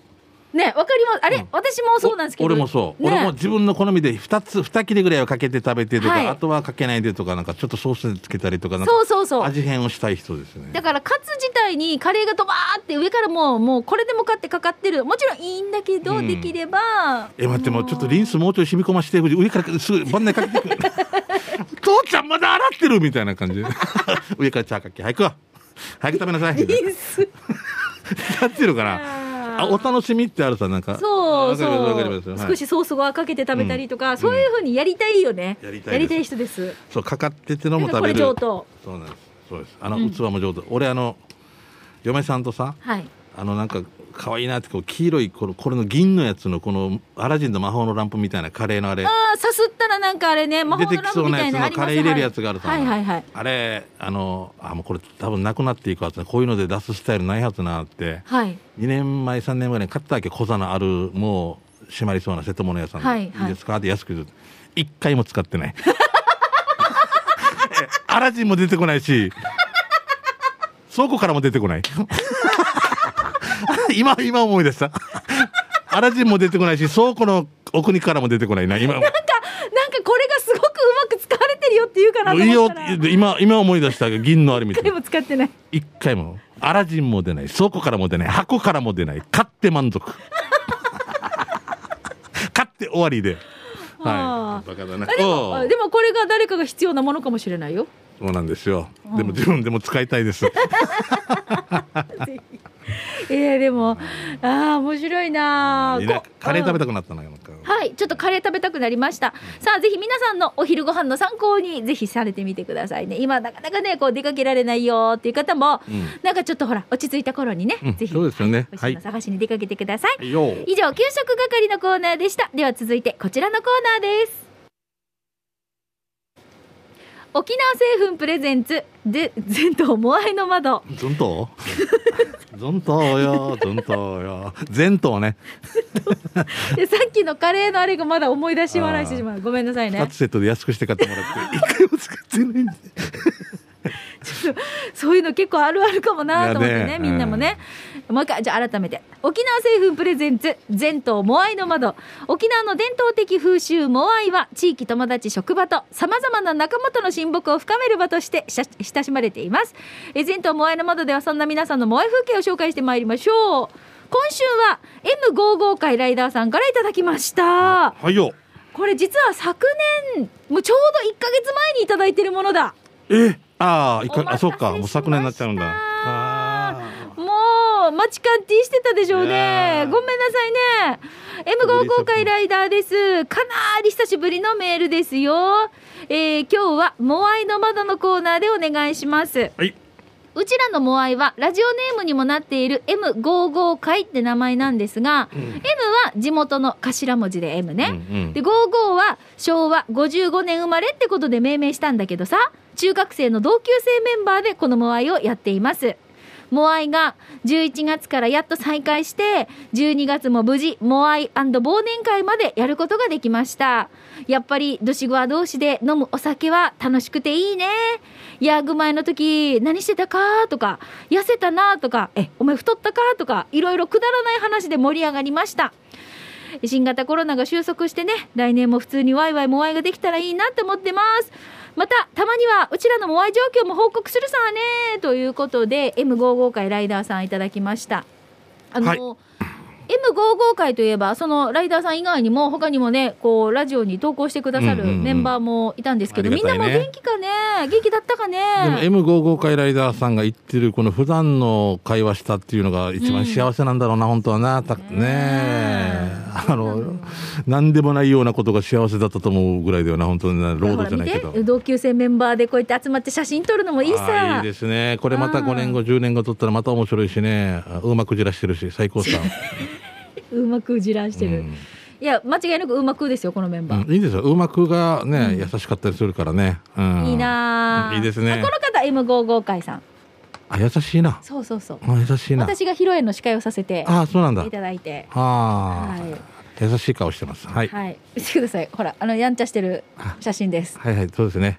Speaker 1: ねわかりますあれ、
Speaker 2: うん
Speaker 1: 私もそうなんですけど
Speaker 2: お俺もそう、
Speaker 1: ね
Speaker 2: 俺も自分の好みで2つ2切れぐらいはかけて食べてとか、
Speaker 1: はい
Speaker 2: あとはかけないでとかなんかちょっとソースつけたりとかなんか
Speaker 1: そうそうそう
Speaker 2: 味変をしたい人ですね
Speaker 1: だからカツ自体にカレーがドバーって上からもうもうこれでもかってかかってるもちろんいいんだけど、
Speaker 2: うん
Speaker 1: できれば
Speaker 2: え待ってもうちょっとリンスもうちょい染み込ませて上からすぐ番内かけ
Speaker 1: *laughs*
Speaker 2: てくる父ちゃんまだ洗ってるみたいな感じ上からチャーかけ早くは早く食べなさいみたい
Speaker 1: リ
Speaker 2: な
Speaker 1: ンス
Speaker 2: やってるからあ
Speaker 1: あ
Speaker 2: お楽しみってあるさなんか
Speaker 1: そう
Speaker 2: わかりますわかり
Speaker 1: そ
Speaker 2: ます
Speaker 1: う、
Speaker 2: はい
Speaker 1: 少しソースがかけて食べたりとか、そういうふうにやりたいよね、
Speaker 2: やりた
Speaker 1: や
Speaker 2: いです
Speaker 1: りたい人です
Speaker 2: そうかかってての
Speaker 1: だ
Speaker 2: も
Speaker 1: からこ
Speaker 2: 食べ
Speaker 1: れ
Speaker 2: る
Speaker 1: 上等
Speaker 2: そうなんですそうですあの、
Speaker 1: うん
Speaker 2: 器も上手俺あの嫁さんとさ
Speaker 1: はい
Speaker 2: あのなんか可愛いなってこう黄色いこのこれの銀のやつのこのアラジンの魔法のランプみたいなカレーのあれ
Speaker 1: ああさすったらなんかあれね魔
Speaker 2: 出
Speaker 1: 法
Speaker 2: て
Speaker 1: の
Speaker 2: き
Speaker 1: ラン
Speaker 2: そ
Speaker 1: プ
Speaker 2: う
Speaker 1: み
Speaker 2: な
Speaker 1: た
Speaker 2: や
Speaker 1: い
Speaker 2: つ
Speaker 1: なあ
Speaker 2: の
Speaker 1: り
Speaker 2: カ
Speaker 1: ます
Speaker 2: レー入れるやつがあるさ、
Speaker 1: はいはいはい
Speaker 2: あれあのあもうこれ多分なくなっていくはずだこういうので出すスタイルないはずなって
Speaker 1: はい
Speaker 2: 2年前3年前に買ったわけ小座のあるもう閉まりそうな瀬戸物屋さんで、
Speaker 1: はい
Speaker 2: い
Speaker 1: はい
Speaker 2: ですか?」って安く言うと一回も使ってない *laughs* アラジンも出てこないし倉庫からも出てこない *laughs* 今今思い出したアラジンも出てこないし倉庫の奥にからも出てこないな今
Speaker 1: *laughs* なんかこれがすごくうまく使われてるよって言うかなと
Speaker 2: いい
Speaker 1: 思
Speaker 2: よ
Speaker 1: ったら
Speaker 2: 今今思い出した銀のあれみたい
Speaker 1: で
Speaker 2: な
Speaker 1: も使ってない
Speaker 2: 一回もアラジンも出ない倉庫からも出ない箱からも出ない買って満足 *laughs* 買って終わりで
Speaker 1: あ
Speaker 2: はいバカだな
Speaker 1: あで
Speaker 2: お
Speaker 1: も
Speaker 2: う
Speaker 1: でもこれが誰かが必要なものかもしれないよ
Speaker 2: そうなんですよ
Speaker 1: うん
Speaker 2: でも自分でも使いたいです
Speaker 1: えー、でもああ面白いな
Speaker 2: みんな
Speaker 1: こ
Speaker 2: カレー食べ
Speaker 1: うん
Speaker 2: たくなったななんか
Speaker 1: はいちょっとカレー食べたくなりましたさあぜひ皆さんのお昼ご飯の参考にぜひされてみてくださいね今なかなかねこう出かけられないよっていう方も、
Speaker 2: うん
Speaker 1: なんかちょっとほら落ち着いた頃にね、
Speaker 2: うん
Speaker 1: ぜひ
Speaker 2: そうですよね
Speaker 1: 美味しいの探しに出かけてください、
Speaker 2: はいよ
Speaker 1: 以上給食係のコーナーでしたでは続いてこちらのコーナーです沖縄製粉プレゼンツで全島モアイの窓
Speaker 2: ずんとずんとよずんとよ前頭ね
Speaker 1: でさっきのカレーのあれがまだ思い出し笑いしてしまうごめんなさいね
Speaker 2: 2つセットで安くして買ってもらって一回も使ってないんで
Speaker 1: そういうの結構あるあるかもなと思ってね
Speaker 2: いやね
Speaker 1: みんなもね、もう一回じゃあ改めて沖縄製粉プレゼンツ全島モアイの窓沖縄の伝統的風習モアイは地域友達職場とさまざまな仲間との親睦を深める場としてしゃ親しまれていますえ全島モアイの窓ではそんな皆さんのモアイ風景を紹介してまいりましょう今週は M55 回ライダーさんからいただきました
Speaker 2: はいよ
Speaker 1: これ実は昨年もうちょうど1ヶ月前にいただいてるものだ
Speaker 2: えああ一回
Speaker 1: お待た
Speaker 2: あ
Speaker 1: せしま
Speaker 2: そう
Speaker 1: した
Speaker 2: かもう昨年になっちゃうんだあー
Speaker 1: もう待ちンティしてたでしょう
Speaker 2: い
Speaker 1: ね
Speaker 2: やー
Speaker 1: ごめんなさいね M5 公開ライダーですかなり久しぶりのメールですよ、えー今日はモアイの窓のコーナーでお願いします
Speaker 2: はい。
Speaker 1: うちらのモアイはラジオネームにもなっている M55 会って名前なんですが、M は地元の頭文字で M ね、
Speaker 2: うんうん
Speaker 1: で55は昭和55年生まれってことで命名したんだけどさ中学生の同級生メンバーでこのモアイをやっていますモアイが11月からやっと再開して12月も無事モアイ忘年会までやることができましたやっぱりドシゴア同士で飲むお酒は楽しくていいねヤーグ前の時何してたかとか痩せたなとかえお前太ったかとかいろいろくだらない話で盛り上がりました新型コロナが収束してね来年も普通にワイワイモアイができたらいいなって思ってますまたたまにはうちらのモアイ状況も報告するさねということで M55 会ライダーさんいただきましたあの、
Speaker 2: はい
Speaker 1: M55 会といえばそのライダーさん以外にも他にもねこうラジオに投稿してくださる
Speaker 2: うんうんうん
Speaker 1: メンバーもいたんですけど、
Speaker 2: ありがたいね
Speaker 1: みんなも元気かね元気だったか
Speaker 2: でも
Speaker 1: ね
Speaker 2: M55 回ライダーさんが言ってるこの普段の会話したっていうのが一番幸せなんだろうな、本当はなたねえあの何でもないようなことが幸せだったと思うぐらいだよな本当にな労
Speaker 1: ほ
Speaker 2: 働
Speaker 1: ら
Speaker 2: じゃ
Speaker 1: 見
Speaker 2: ないけど
Speaker 1: て同級生メンバーでこうやって集まって写真撮るのもいい
Speaker 2: ああい
Speaker 1: さ
Speaker 2: いですねこれまた5年後10年後撮ったらまた面白いしねあうまくじらしてるし最高さ、
Speaker 1: うまくじらしてる、
Speaker 2: うん
Speaker 1: いや間違いなくうまくですよこのメン
Speaker 2: う
Speaker 1: バー、
Speaker 2: んいいですようまくがね、優しかったりするからね、うん、
Speaker 1: いいなあ
Speaker 2: いいですね
Speaker 1: あこの方 M55 会さん
Speaker 2: あ優しいな
Speaker 1: そうそうそう
Speaker 2: あ優しいな
Speaker 1: 私が披露宴の司会をさせて
Speaker 2: ああそうなんだ
Speaker 1: いただいて
Speaker 2: あ
Speaker 1: は
Speaker 2: あ、
Speaker 1: い
Speaker 2: 優しい顔してますはい
Speaker 1: はい見てくださいほらあのやんちゃしてる写真です
Speaker 2: はいはい、そうですね。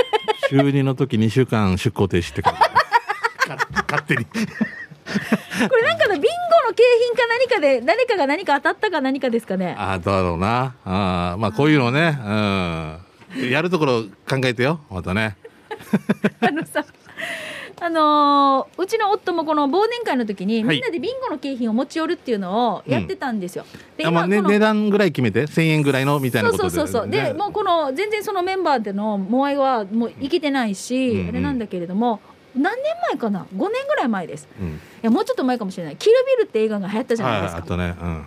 Speaker 2: *laughs* 週2の時2週間出向停止って書いてあるか勝手に。
Speaker 1: これなんかのビンゴの景品か何かで誰かが何か当たったか何かですかね
Speaker 2: ああ、どうだろうな。ああ、まあこういうのね、うん。やるところ考えてよ、またね。
Speaker 1: あのさあのーうちの夫もこの忘年会の時に、
Speaker 2: はい
Speaker 1: みんなでビンゴの景品を持ち寄るっていうのをやってたんですよ、で
Speaker 2: あまあ、ね、
Speaker 1: この
Speaker 2: 値段ぐらい決めて、1000円ぐらいのみたいな
Speaker 1: そう
Speaker 2: こと
Speaker 1: そ
Speaker 2: で。
Speaker 1: うそうそう
Speaker 2: ね
Speaker 1: でもうこの全然そのメンバーでのモアイはもう生きてないし、
Speaker 2: うんうん
Speaker 1: あれなんだけれども何年前かな5年ぐらい前です
Speaker 2: うん
Speaker 1: いやもうちょっと前かもしれない「キルビル」って映画が流行ったじゃ
Speaker 2: は
Speaker 1: ない
Speaker 2: い
Speaker 1: ですか、
Speaker 2: あとね、うん。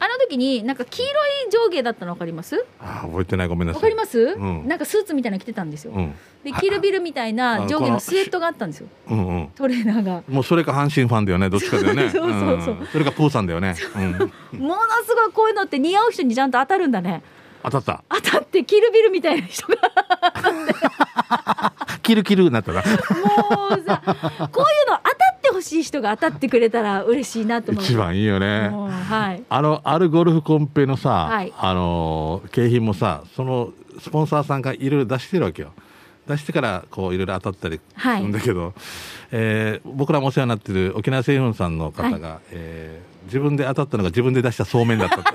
Speaker 1: あの時になんか黄色い上下だったの分かります
Speaker 2: ああ、覚えてない、ごめん
Speaker 1: わ
Speaker 2: なさい。
Speaker 1: かります、
Speaker 2: うん
Speaker 1: なんかスーツみたいなの着てたんですよ、
Speaker 2: うん。
Speaker 1: でキルビルみたいな上下のスウェットがあったんですよ
Speaker 2: うんうん。
Speaker 1: トレーナーが
Speaker 2: もうそれか阪神ファンだよね、どっちかだよね。
Speaker 1: *laughs* そうそうそうそうん
Speaker 2: それかプーさんだよね。うん。
Speaker 1: ものすごいこういうのって似合う人にちゃんと当たるんだね
Speaker 2: 当たった。
Speaker 1: 当たってキルビルみたいな人が
Speaker 2: キルキルになっ
Speaker 1: *laughs*
Speaker 2: たな。
Speaker 1: もうさこういうの当たってほしい人が当たってくれたら嬉しいなと思う
Speaker 2: 一番いいよね。
Speaker 1: もう *laughs* はい
Speaker 2: あの、あるゴルフコンペのさ、
Speaker 1: はい
Speaker 2: あのー、景品もさ、そのスポンサーさんがいろいろ出してるわけよ。出してから、こう、いろいろ当たったりす
Speaker 1: はい
Speaker 2: るんだけど、えー僕らもお世話になってる沖縄製粉さんの方が、えー自分で当たったのが自分で出したそうめんだった
Speaker 1: *laughs*
Speaker 2: って。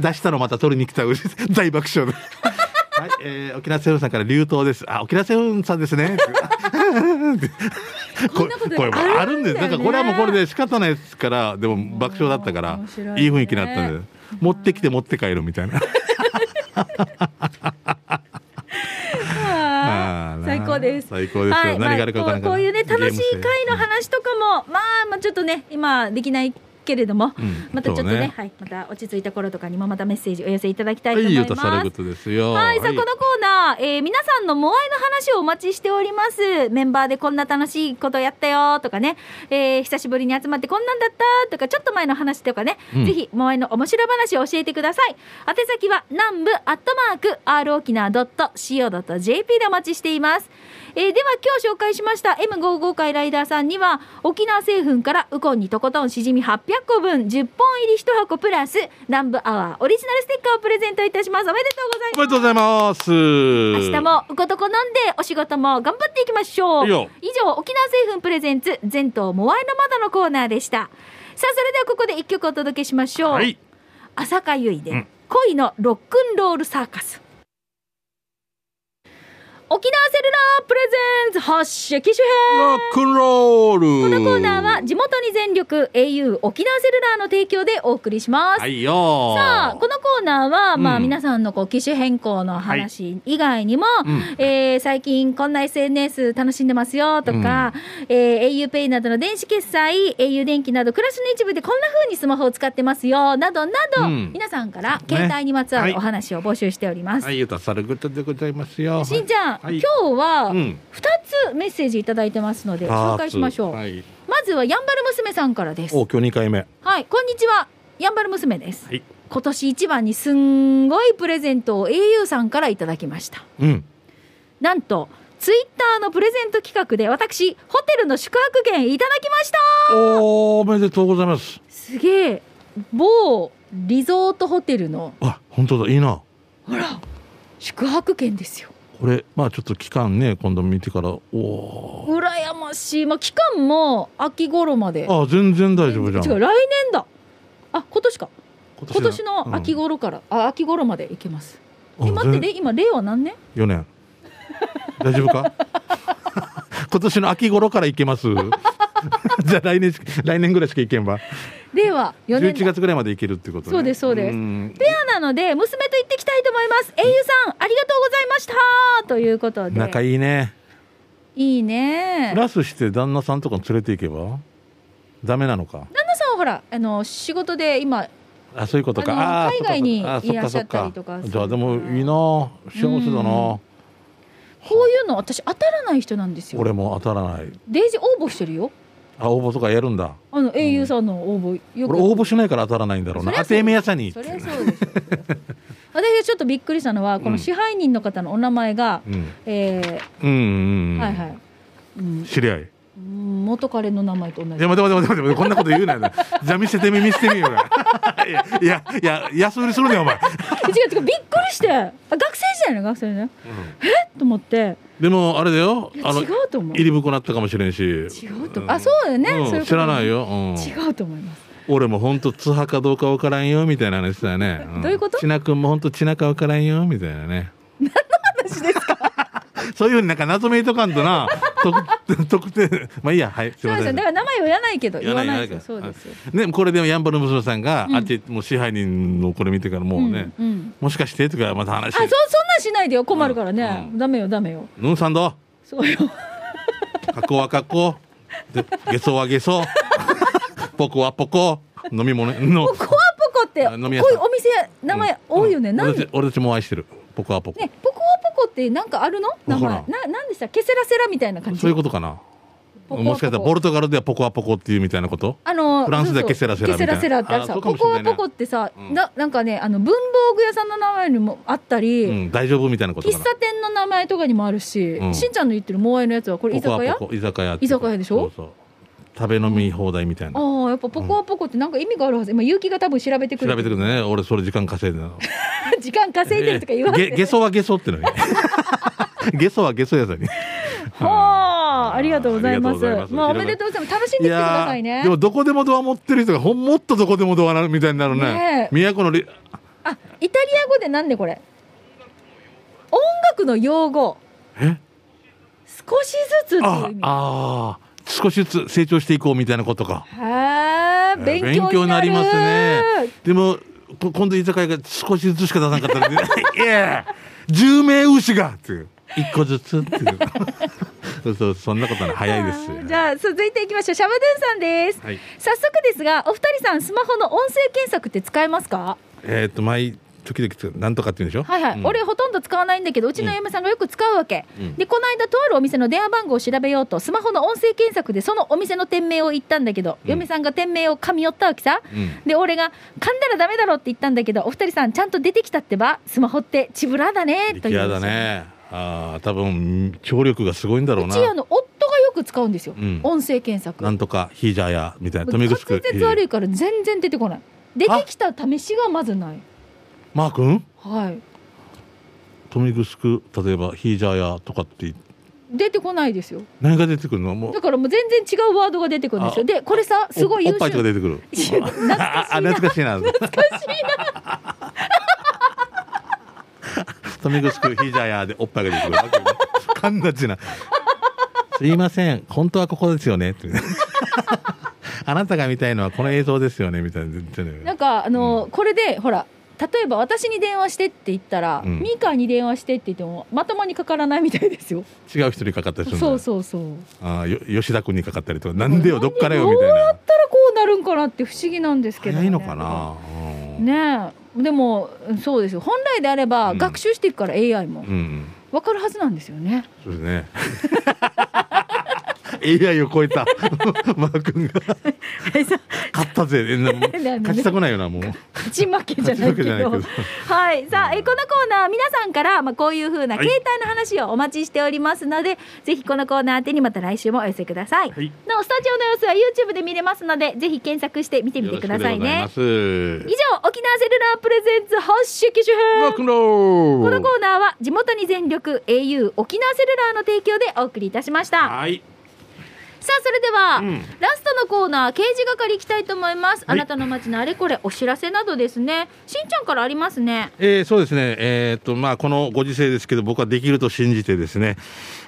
Speaker 2: 出したのまた取りに来た、大爆笑で。はい、えー沖縄製粉さんから流頭です。あ、沖縄製粉さんですね。
Speaker 1: *laughs* こんなこと
Speaker 2: これもあるんです。
Speaker 1: あるんだよね
Speaker 2: なんかこれはもうこれで *laughs* 仕方ないですから、でも爆笑だったから、
Speaker 1: 面白いね
Speaker 2: いい雰囲気になったんで、持ってきて持って帰るみたいな。
Speaker 1: あ
Speaker 2: あー
Speaker 1: ー最高です。
Speaker 2: 最高ですよ何があるか分から
Speaker 1: こ
Speaker 2: んから
Speaker 1: うこういうね
Speaker 2: ゲーム
Speaker 1: 楽しい
Speaker 2: して
Speaker 1: 会の話とかも、まあまあちょっとね今できないけれども、
Speaker 2: うん
Speaker 1: またちょっとね
Speaker 2: そうね
Speaker 1: はいまた落ち着いた頃とかにもまたメッセージお寄せいただきたい
Speaker 2: は
Speaker 1: と思
Speaker 2: い、
Speaker 1: い
Speaker 2: ゆ
Speaker 1: ま
Speaker 2: う
Speaker 1: す。
Speaker 2: たされことですよ。
Speaker 1: はい、さあ
Speaker 2: はい
Speaker 1: このコーナー、えー皆さんのモアイの話をお待ちしております。メンバーでこんな楽しいことやったよとかね、えー久しぶりに集まってこんなんだったとか、ちょっと前の話とかね、
Speaker 2: うん
Speaker 1: ぜひモアイの面白話を教えてください。宛先は南部アットマーク r 沖縄ドット co ドット jp でお待ちしています。えーでは今日紹介しました M55 回ライダーさんには沖縄製粉からウコンにとことんしじみ800個分10本入り1箱プラス南部アワーオリジナルステッカーをプレゼントいたしますおめでとうございます
Speaker 2: おめでとうございます。
Speaker 1: 明
Speaker 2: 明
Speaker 1: 日。もうことこ飲んでお仕事も頑張っていきましょう
Speaker 2: いいよ
Speaker 1: 以上沖縄製粉プレゼンツ全島モアイの窓のコーナーでしたさあそれではここで一曲お届けしましょう、
Speaker 2: はい。
Speaker 1: 朝香ゆいで、
Speaker 2: うん
Speaker 1: 恋のロックンロールサーカス沖縄セルラープレゼンツ発射機種編
Speaker 2: ロックンロール。
Speaker 1: このコーナーは地元に全力 au 沖縄セルラーの提供でお送りします、
Speaker 2: はいよ。
Speaker 1: さあこのコーナーは、まあ
Speaker 2: うん
Speaker 1: 皆さんのこう機種変更の話以外にも、
Speaker 2: うん
Speaker 1: えー最近こんな SNS 楽しんでますよとか、えー auPay などの電子決済 au 電気など暮らしの一部でこんな風にスマホを使ってますよなどなど、
Speaker 2: うん
Speaker 1: 皆さんから携帯にまつわる
Speaker 2: ね
Speaker 1: お話を募集しております。
Speaker 2: はい、ゆうたされことでございますよ。
Speaker 1: しんちゃん、
Speaker 2: はい
Speaker 1: 今日は
Speaker 2: うん
Speaker 1: 2つメッセージいただいてますので紹介しましょう、
Speaker 2: はい。
Speaker 1: まずはやんばる娘さんからです
Speaker 2: お、今日2回目。
Speaker 1: はいこんにちはやんばる娘です
Speaker 2: はい。
Speaker 1: 今年一番にすんごいプレゼントを au さんからいただきました
Speaker 2: うん。
Speaker 1: なんとツイッターのプレゼント企画で私ホテルの宿泊券いただきました
Speaker 2: おーおめでとうございます
Speaker 1: すげえ某リゾートホテルの
Speaker 2: あ本当だいいな
Speaker 1: ほら宿泊券ですよ
Speaker 2: これまあちょっと期間ね今度見てからおお
Speaker 1: 羨ましいまあ期間も秋頃まで
Speaker 2: あ全然大丈夫じゃん
Speaker 1: 違う来年だあ今年か
Speaker 2: 今
Speaker 1: 今年の秋
Speaker 2: 後、
Speaker 1: 頃から、あ秋頃まで行けます
Speaker 2: うん
Speaker 1: え
Speaker 2: あ
Speaker 1: 待って
Speaker 2: 全
Speaker 1: ね今令和何年
Speaker 2: 4年 *laughs* 大丈夫か *laughs* 今年の秋頃から行けます *laughs* じゃあ来年しか来年ぐらいしか行けんば
Speaker 1: 令和4年
Speaker 2: 11
Speaker 1: だ
Speaker 2: 月ぐらいまで行けるってこと、ね、
Speaker 1: そうですそうです
Speaker 2: ん
Speaker 1: ペアなので娘と行ってきたいと思います英雄さんありがとうございましたということで
Speaker 2: 仲いいね
Speaker 1: いいね
Speaker 2: ラスして旦那さんとか連れて行けばダメなのか
Speaker 1: 旦那さんはほらあの仕事で今
Speaker 2: あそういうことか
Speaker 1: あの
Speaker 2: あー
Speaker 1: 海外に
Speaker 2: そっかそっ
Speaker 1: い
Speaker 2: か
Speaker 1: らっしゃったりとか
Speaker 2: あそ
Speaker 1: す
Speaker 2: っ
Speaker 1: る
Speaker 2: じゃあでもいいな幸せだな
Speaker 1: こういうの私当たらない人なんですよ
Speaker 2: 俺も当たらない
Speaker 1: デイジ応募してるよ
Speaker 2: あ応募とかやるんだ
Speaker 1: あの英雄さんの応募よく、
Speaker 2: 俺応募しないから当たらないんだろうな
Speaker 1: そりゃそう
Speaker 2: 当て目屋さんに
Speaker 1: そりゃそうですよ *laughs* 私がちょっとびっくりしたのはこの支配人の方のお名前が、
Speaker 2: うん
Speaker 1: えー
Speaker 2: うんうんうん
Speaker 1: はいはい、うん
Speaker 2: 知り合い
Speaker 1: うん、元彼の名前と同
Speaker 2: いや
Speaker 1: じ
Speaker 2: 待て待て待て待てこんなこと言うなよじゃあ見せてみ見せてみよ *laughs* いやいやいや安売りするねお前、
Speaker 1: *laughs* 違う違うびっくりしてあ学生時代の学生ねと思って
Speaker 2: でもあれだよ
Speaker 1: いや
Speaker 2: あの
Speaker 1: 違うと思う
Speaker 2: 入り袋なったかもしれんし違
Speaker 1: 違うと思うあそうだよね、そういうこと
Speaker 2: 知らないよ、うん、
Speaker 1: 違うと思います
Speaker 2: 俺も本当ツハかどうかわからんよみたいな話だよね、
Speaker 1: *laughs*
Speaker 2: ん
Speaker 1: どういうこと
Speaker 2: ちな君も本当ちなかわからんよみたいなね何の話ですか *laughs* そういうふうになんか謎めいとかんとな特特定まあいいやはいすい
Speaker 1: そう
Speaker 2: ま
Speaker 1: です
Speaker 2: せ
Speaker 1: よ
Speaker 2: ん
Speaker 1: だから名前を言わないけど言わないですよそう
Speaker 2: 言わ
Speaker 1: ですよ
Speaker 2: ねこれでもやんばる娘さんが、
Speaker 1: うん
Speaker 2: あっちもう支配人のこれ見てからもうね、
Speaker 1: うんうん
Speaker 2: もしかしてとかまた話
Speaker 1: あそそんなんしないでよ困るからね、
Speaker 2: うん
Speaker 1: ダメよダメよ
Speaker 2: ぬんさんど
Speaker 1: そうよ
Speaker 2: 格好は格好でゲソはゲソポコはポコ飲み物の
Speaker 1: ポコアポコって
Speaker 2: あ
Speaker 1: こう
Speaker 2: 飲み
Speaker 1: いう
Speaker 2: 屋さん
Speaker 1: お店名前多いよね、
Speaker 2: うん
Speaker 1: なん
Speaker 2: 俺たち俺たちも愛してるポコはポコ、
Speaker 1: ねポコアポコってなんかあるの名前
Speaker 2: わ
Speaker 1: な
Speaker 2: か
Speaker 1: なんでしたケセラセラみたいな感じ
Speaker 2: そういうことかな
Speaker 1: ポコはポコ
Speaker 2: もしかしたらポルトガルではポコアポコっていうみたいなこと
Speaker 1: あの
Speaker 2: フランスでは
Speaker 1: そうそう
Speaker 2: ケセラセラみたい
Speaker 1: ケ
Speaker 2: な
Speaker 1: セラセラってある
Speaker 2: あ
Speaker 1: さ
Speaker 2: そうか
Speaker 1: ポ
Speaker 2: もしれ
Speaker 1: コ
Speaker 2: ない
Speaker 1: ア
Speaker 2: ね
Speaker 1: ポコってさ、
Speaker 2: うん
Speaker 1: ななんかねあの文房具屋さんの名前にもあったり、
Speaker 2: うん、大丈夫みたいなこと
Speaker 1: 喫
Speaker 2: かな
Speaker 1: 茶店の名前とかにもあるし、
Speaker 2: うん
Speaker 1: しんちゃんの言ってるモアイのやつはこれ居
Speaker 2: ポ
Speaker 1: 酒
Speaker 2: コ
Speaker 1: 屋
Speaker 2: アポコ居酒屋って
Speaker 1: 居酒屋でしょ
Speaker 2: そうそう食べ飲み放題みたいな、
Speaker 1: ああやっぱポコアポコってなんか意味があるはず今結城が多分調べてく
Speaker 2: 調
Speaker 1: る
Speaker 2: べてくるね俺それ時間稼いでるの
Speaker 1: *laughs* 時間稼いでるとか言われて、
Speaker 2: ゲゲソはゲ
Speaker 1: *laughs*
Speaker 2: ソってのにゲソはゲソ屋さんに
Speaker 1: はあありがとうございますま
Speaker 2: ありがとうございます
Speaker 1: あおめでとうございます楽しんできてくださいね
Speaker 2: でもどこでもドア持ってる人がほんもっとどこでもドアなるみたいになるね
Speaker 1: ねえ
Speaker 2: 都のり
Speaker 1: あイタリア語でなんでこれ音楽の用語
Speaker 2: え
Speaker 1: 少しずつっていう
Speaker 2: あ
Speaker 1: 意味
Speaker 2: あー少しずつ成長していこうみたいなことか
Speaker 1: へえ勉強になる
Speaker 2: 勉強になりますねでもこ今度居酒屋が少しずつしか出さなかった
Speaker 1: *laughs*
Speaker 2: ら「いや10名牛が!」っていう1個ずつっていう *laughs* そうそうそんなことは早いです
Speaker 1: じゃあ続いていきましょうシャバドゥンさんです、
Speaker 2: はい
Speaker 1: 早速ですがお二人さんスマホの音声検索って使えますか
Speaker 2: えっ、と毎時々つなんとかって言うんでしょ
Speaker 1: はいはい、
Speaker 2: うん
Speaker 1: 俺ほとんど使わないんだけどうちの嫁さんがよく使うわけ、
Speaker 2: うん
Speaker 1: でこの間とあるお店の電話番号を調べようとスマホの音声検索でそのお店の店名を言ったんだけど、
Speaker 2: うん
Speaker 1: 嫁さんが店名を噛み寄ったわけさ、
Speaker 2: うん
Speaker 1: で俺が噛んだらダメだろって言ったんだけどお二人さんちゃんと出てきたってばスマホってチブラだねと
Speaker 2: 力
Speaker 1: いう
Speaker 2: 也だねああ多分聴力がすごいんだろう
Speaker 1: う
Speaker 2: な
Speaker 1: ちあの夫がよく使うんですよ、
Speaker 2: うん
Speaker 1: 音声検索
Speaker 2: なんとかヒージャーやみたい
Speaker 1: 滑
Speaker 2: な富城区
Speaker 1: 舌悪いから全然出てこない出てきた試しがまずない
Speaker 2: マー君
Speaker 1: はい
Speaker 2: 富城区例えばヒージャーやとかって
Speaker 1: 出てこないですよ
Speaker 2: 何が出てくるのもう
Speaker 1: だからもう全然違うワードが出てくるんですよ
Speaker 2: あ
Speaker 1: でこれさすごい
Speaker 2: おお
Speaker 1: 優
Speaker 2: っぱいとか
Speaker 1: 秀
Speaker 2: 出てくる
Speaker 1: 懐かしい
Speaker 2: あ
Speaker 1: な
Speaker 2: 懐かしいな
Speaker 1: *laughs*
Speaker 2: 懐かしいな富城区ヒージャーやでおっぱいが出てくるわけね噛んだちなすいません本当はここですよねって
Speaker 1: *laughs*
Speaker 2: あなたが見たいのはこの映像ですよねみたいな言ってる
Speaker 1: なんかあの、これでほら例えば私に電話してって言ったら、
Speaker 2: うん
Speaker 1: ミカに電話してって言ってもまともにかからないみたいですよ
Speaker 2: 違う人にかかったりするんだ
Speaker 1: そうそうそう
Speaker 2: あーよ吉田君にかかったりとかなんでよどっからよ
Speaker 1: なん
Speaker 2: み
Speaker 1: で
Speaker 2: たいな
Speaker 1: どうやったらこうなるんかなって不思議なんですけど、
Speaker 2: 早
Speaker 1: ね、
Speaker 2: いのかな、うん
Speaker 1: ねえでもそうですよ本来であれば
Speaker 2: うん
Speaker 1: 学習していくから AI も
Speaker 2: うん *laughs*
Speaker 1: わかるはずなんですよね、
Speaker 2: そうですね AI を超えた *laughs* マー君が
Speaker 1: はいそう
Speaker 2: 勝ったぜ
Speaker 1: *laughs*
Speaker 2: えなもう
Speaker 1: ね
Speaker 2: 勝ちたくないよなもう
Speaker 1: 勝ち負けじゃないけど
Speaker 2: 勝ち負けじゃないけど
Speaker 1: はいさあえこのコーナー皆さんから、まあ、こういうふうな
Speaker 2: はい
Speaker 1: 携帯の話をお待ちしておりますので、ぜひこのコーナー宛てにまた来週もお寄せください、
Speaker 2: はい
Speaker 1: なおスタジオの様子は YouTube で見れますのでぜひ検索して見てみてください
Speaker 2: よろ
Speaker 1: ね
Speaker 2: しくでござい
Speaker 1: 以
Speaker 2: ます
Speaker 1: 上沖縄セルラープレゼンツ発信機種
Speaker 2: ロ
Speaker 1: 編
Speaker 2: ックンロ
Speaker 1: こ
Speaker 2: ー
Speaker 1: の
Speaker 2: ル
Speaker 1: コーナーは地元に全力 au 沖縄セルラーの提供でお送りいたしました
Speaker 2: はい
Speaker 1: さあそれでは、
Speaker 2: うん
Speaker 1: ラストのコーナー刑事係行きたいと思います、
Speaker 2: は
Speaker 1: あ
Speaker 2: い
Speaker 1: なたの街のあれこれお知らせなどですねしんちゃんからありますね
Speaker 2: えーそうですね、えーっとまあ、このご時世ですけど、僕はできると信じてですね、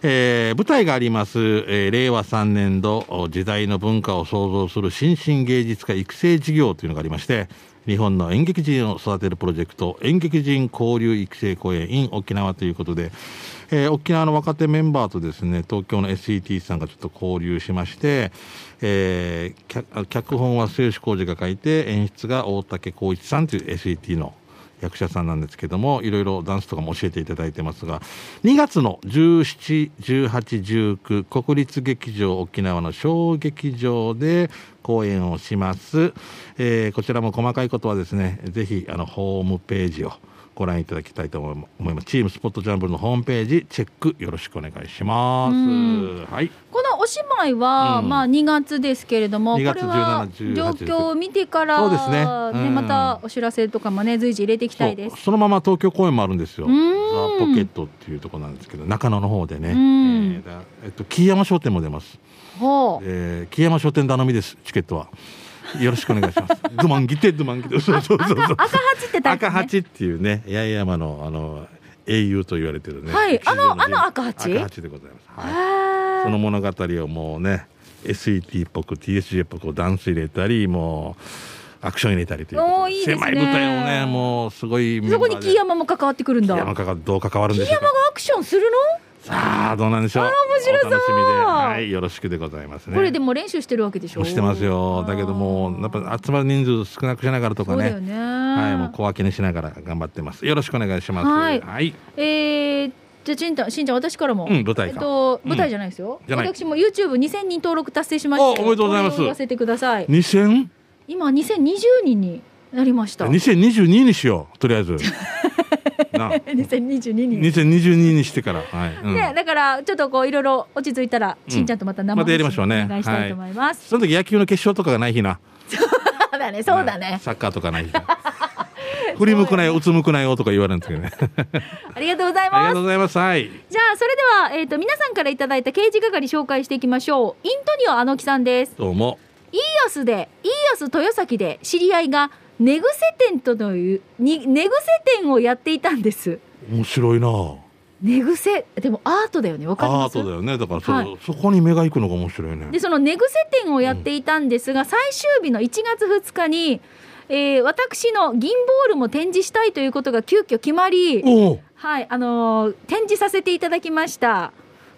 Speaker 2: えー舞台があります、えー令和3年度、お時代の文化を創造する新進芸術家育成事業というのがありまして、日本の演劇人を育てるプロジェクト、演劇人交流育成公演 in 沖縄ということで、えー沖縄の若手メンバーとですね、東京の SET さんがちょっと交流しまして、えー脚脚本は末吉浩二が書いて、演出が大竹浩一さんという SET の役者さんなんですけどもいろいろダンスとかも教えていただいてますが2月の171819国立劇場沖縄の小劇場で公演をします、えーこちらも細かいことはですねぜひあのホームページをご覧いただきたいと思い思いますチームスポットジャンブルのホームページチェックよろしくお願いします
Speaker 1: うん
Speaker 2: はい
Speaker 1: このおしまいは、
Speaker 2: うん
Speaker 1: まあ2月ですけれどもこ
Speaker 2: 2
Speaker 1: れ
Speaker 2: 月
Speaker 1: は
Speaker 2: 17
Speaker 1: 状況を見てから
Speaker 2: そうですねうん
Speaker 1: またお知らせとかもね随時入れていきたいです
Speaker 2: そうそのまま東京公演もあるんですよ
Speaker 1: う
Speaker 2: ザ・
Speaker 1: ーん
Speaker 2: ポケットっていうところなんですけど中野の方でね、え
Speaker 1: うん
Speaker 2: ーだえっと、木山商店も出ます
Speaker 1: ほう
Speaker 2: えー、木山商店頼みですチケットはよろしくお願いします *laughs* ドマンギテドマンギテそうそう
Speaker 1: *laughs*
Speaker 2: そうそう
Speaker 1: 赤八ってタイプ、ね、
Speaker 2: 赤八っていうね八重山のあの英雄と言われてるね
Speaker 1: はい
Speaker 2: 歴史上
Speaker 1: あのあの赤八
Speaker 2: 赤八でございます、はい、
Speaker 1: は
Speaker 2: そ
Speaker 1: い
Speaker 2: の物語をもうね SET っぽく TSJ っぽくダンス入れたりもうアクション入れたりということ
Speaker 1: おーいいですね
Speaker 2: 狭い舞台をねもうすごいメンバ
Speaker 1: そ
Speaker 2: ー
Speaker 1: こ
Speaker 2: で
Speaker 1: に木山も関わってくるんだ
Speaker 2: 木
Speaker 1: 木
Speaker 2: 山
Speaker 1: 山が
Speaker 2: かかどう関わるんでしょうか
Speaker 1: アクションする
Speaker 2: さあどうなんでしょう
Speaker 1: あー面白そう
Speaker 2: お楽しみではいよろしくでございます
Speaker 1: の、
Speaker 2: ね
Speaker 1: これでも練習してるわけでしょ
Speaker 2: 押してますよだけどもやっぱ集まる人数少なくしながらと
Speaker 1: そ
Speaker 2: か
Speaker 1: うだ
Speaker 2: ね
Speaker 1: よね
Speaker 2: はいもう小分けにしながら頑張ってますよろしくお願いします
Speaker 1: はい
Speaker 2: はい、
Speaker 1: えー、じゃあちんたんしんちゃん私からも、
Speaker 2: うん舞
Speaker 1: え
Speaker 2: 台
Speaker 1: っ
Speaker 2: か、
Speaker 1: と、
Speaker 2: うん
Speaker 1: 舞台じゃないですよ、
Speaker 2: じゃない
Speaker 1: 私も YouTube2000 人登録達成しまして
Speaker 2: おおめでとうございます
Speaker 1: これを言わせてください
Speaker 2: 2000
Speaker 1: 今2020人になりました *laughs*
Speaker 2: 2022にしようとりあえ *laughs* ずな
Speaker 1: 2022人
Speaker 2: 2022にしてからはい、うん
Speaker 1: ね、だからちょっとこういろいろ落ち着いたら、
Speaker 2: うん
Speaker 1: しんちゃんとまた生
Speaker 2: またやりましょうね
Speaker 1: お願いしたいと思います、
Speaker 2: その時野球の決勝とかがない日な
Speaker 1: そうだねそうだね
Speaker 2: サッカーとかない *laughs* 日振り向くなようつむくなよとか言われるんですけど *laughs* ね
Speaker 1: ありがとうござい
Speaker 2: ありが
Speaker 1: ま
Speaker 2: と
Speaker 1: す
Speaker 2: うございますはい
Speaker 1: じゃあそれでは、えっと皆さんからいただいた刑事係紹介していきましょうイントニオあのきさんです
Speaker 2: どうも
Speaker 1: イーオスでイーオス豊崎で知り合いが寝癖店とのいうに寝癖店をやっていたんです
Speaker 2: 面白いな
Speaker 1: 寝癖でもアートだよねわかり
Speaker 2: ア
Speaker 1: ま
Speaker 2: ー
Speaker 1: す
Speaker 2: トだよねだからそ,、
Speaker 1: はい
Speaker 2: そこに目が行くのが面白いね
Speaker 1: でその寝癖店をやっていたんですが、最終日の1月2日に、えー私の銀ボールも展示したいということが急遽決まり、
Speaker 2: おお
Speaker 1: はいあのー展示させていただきました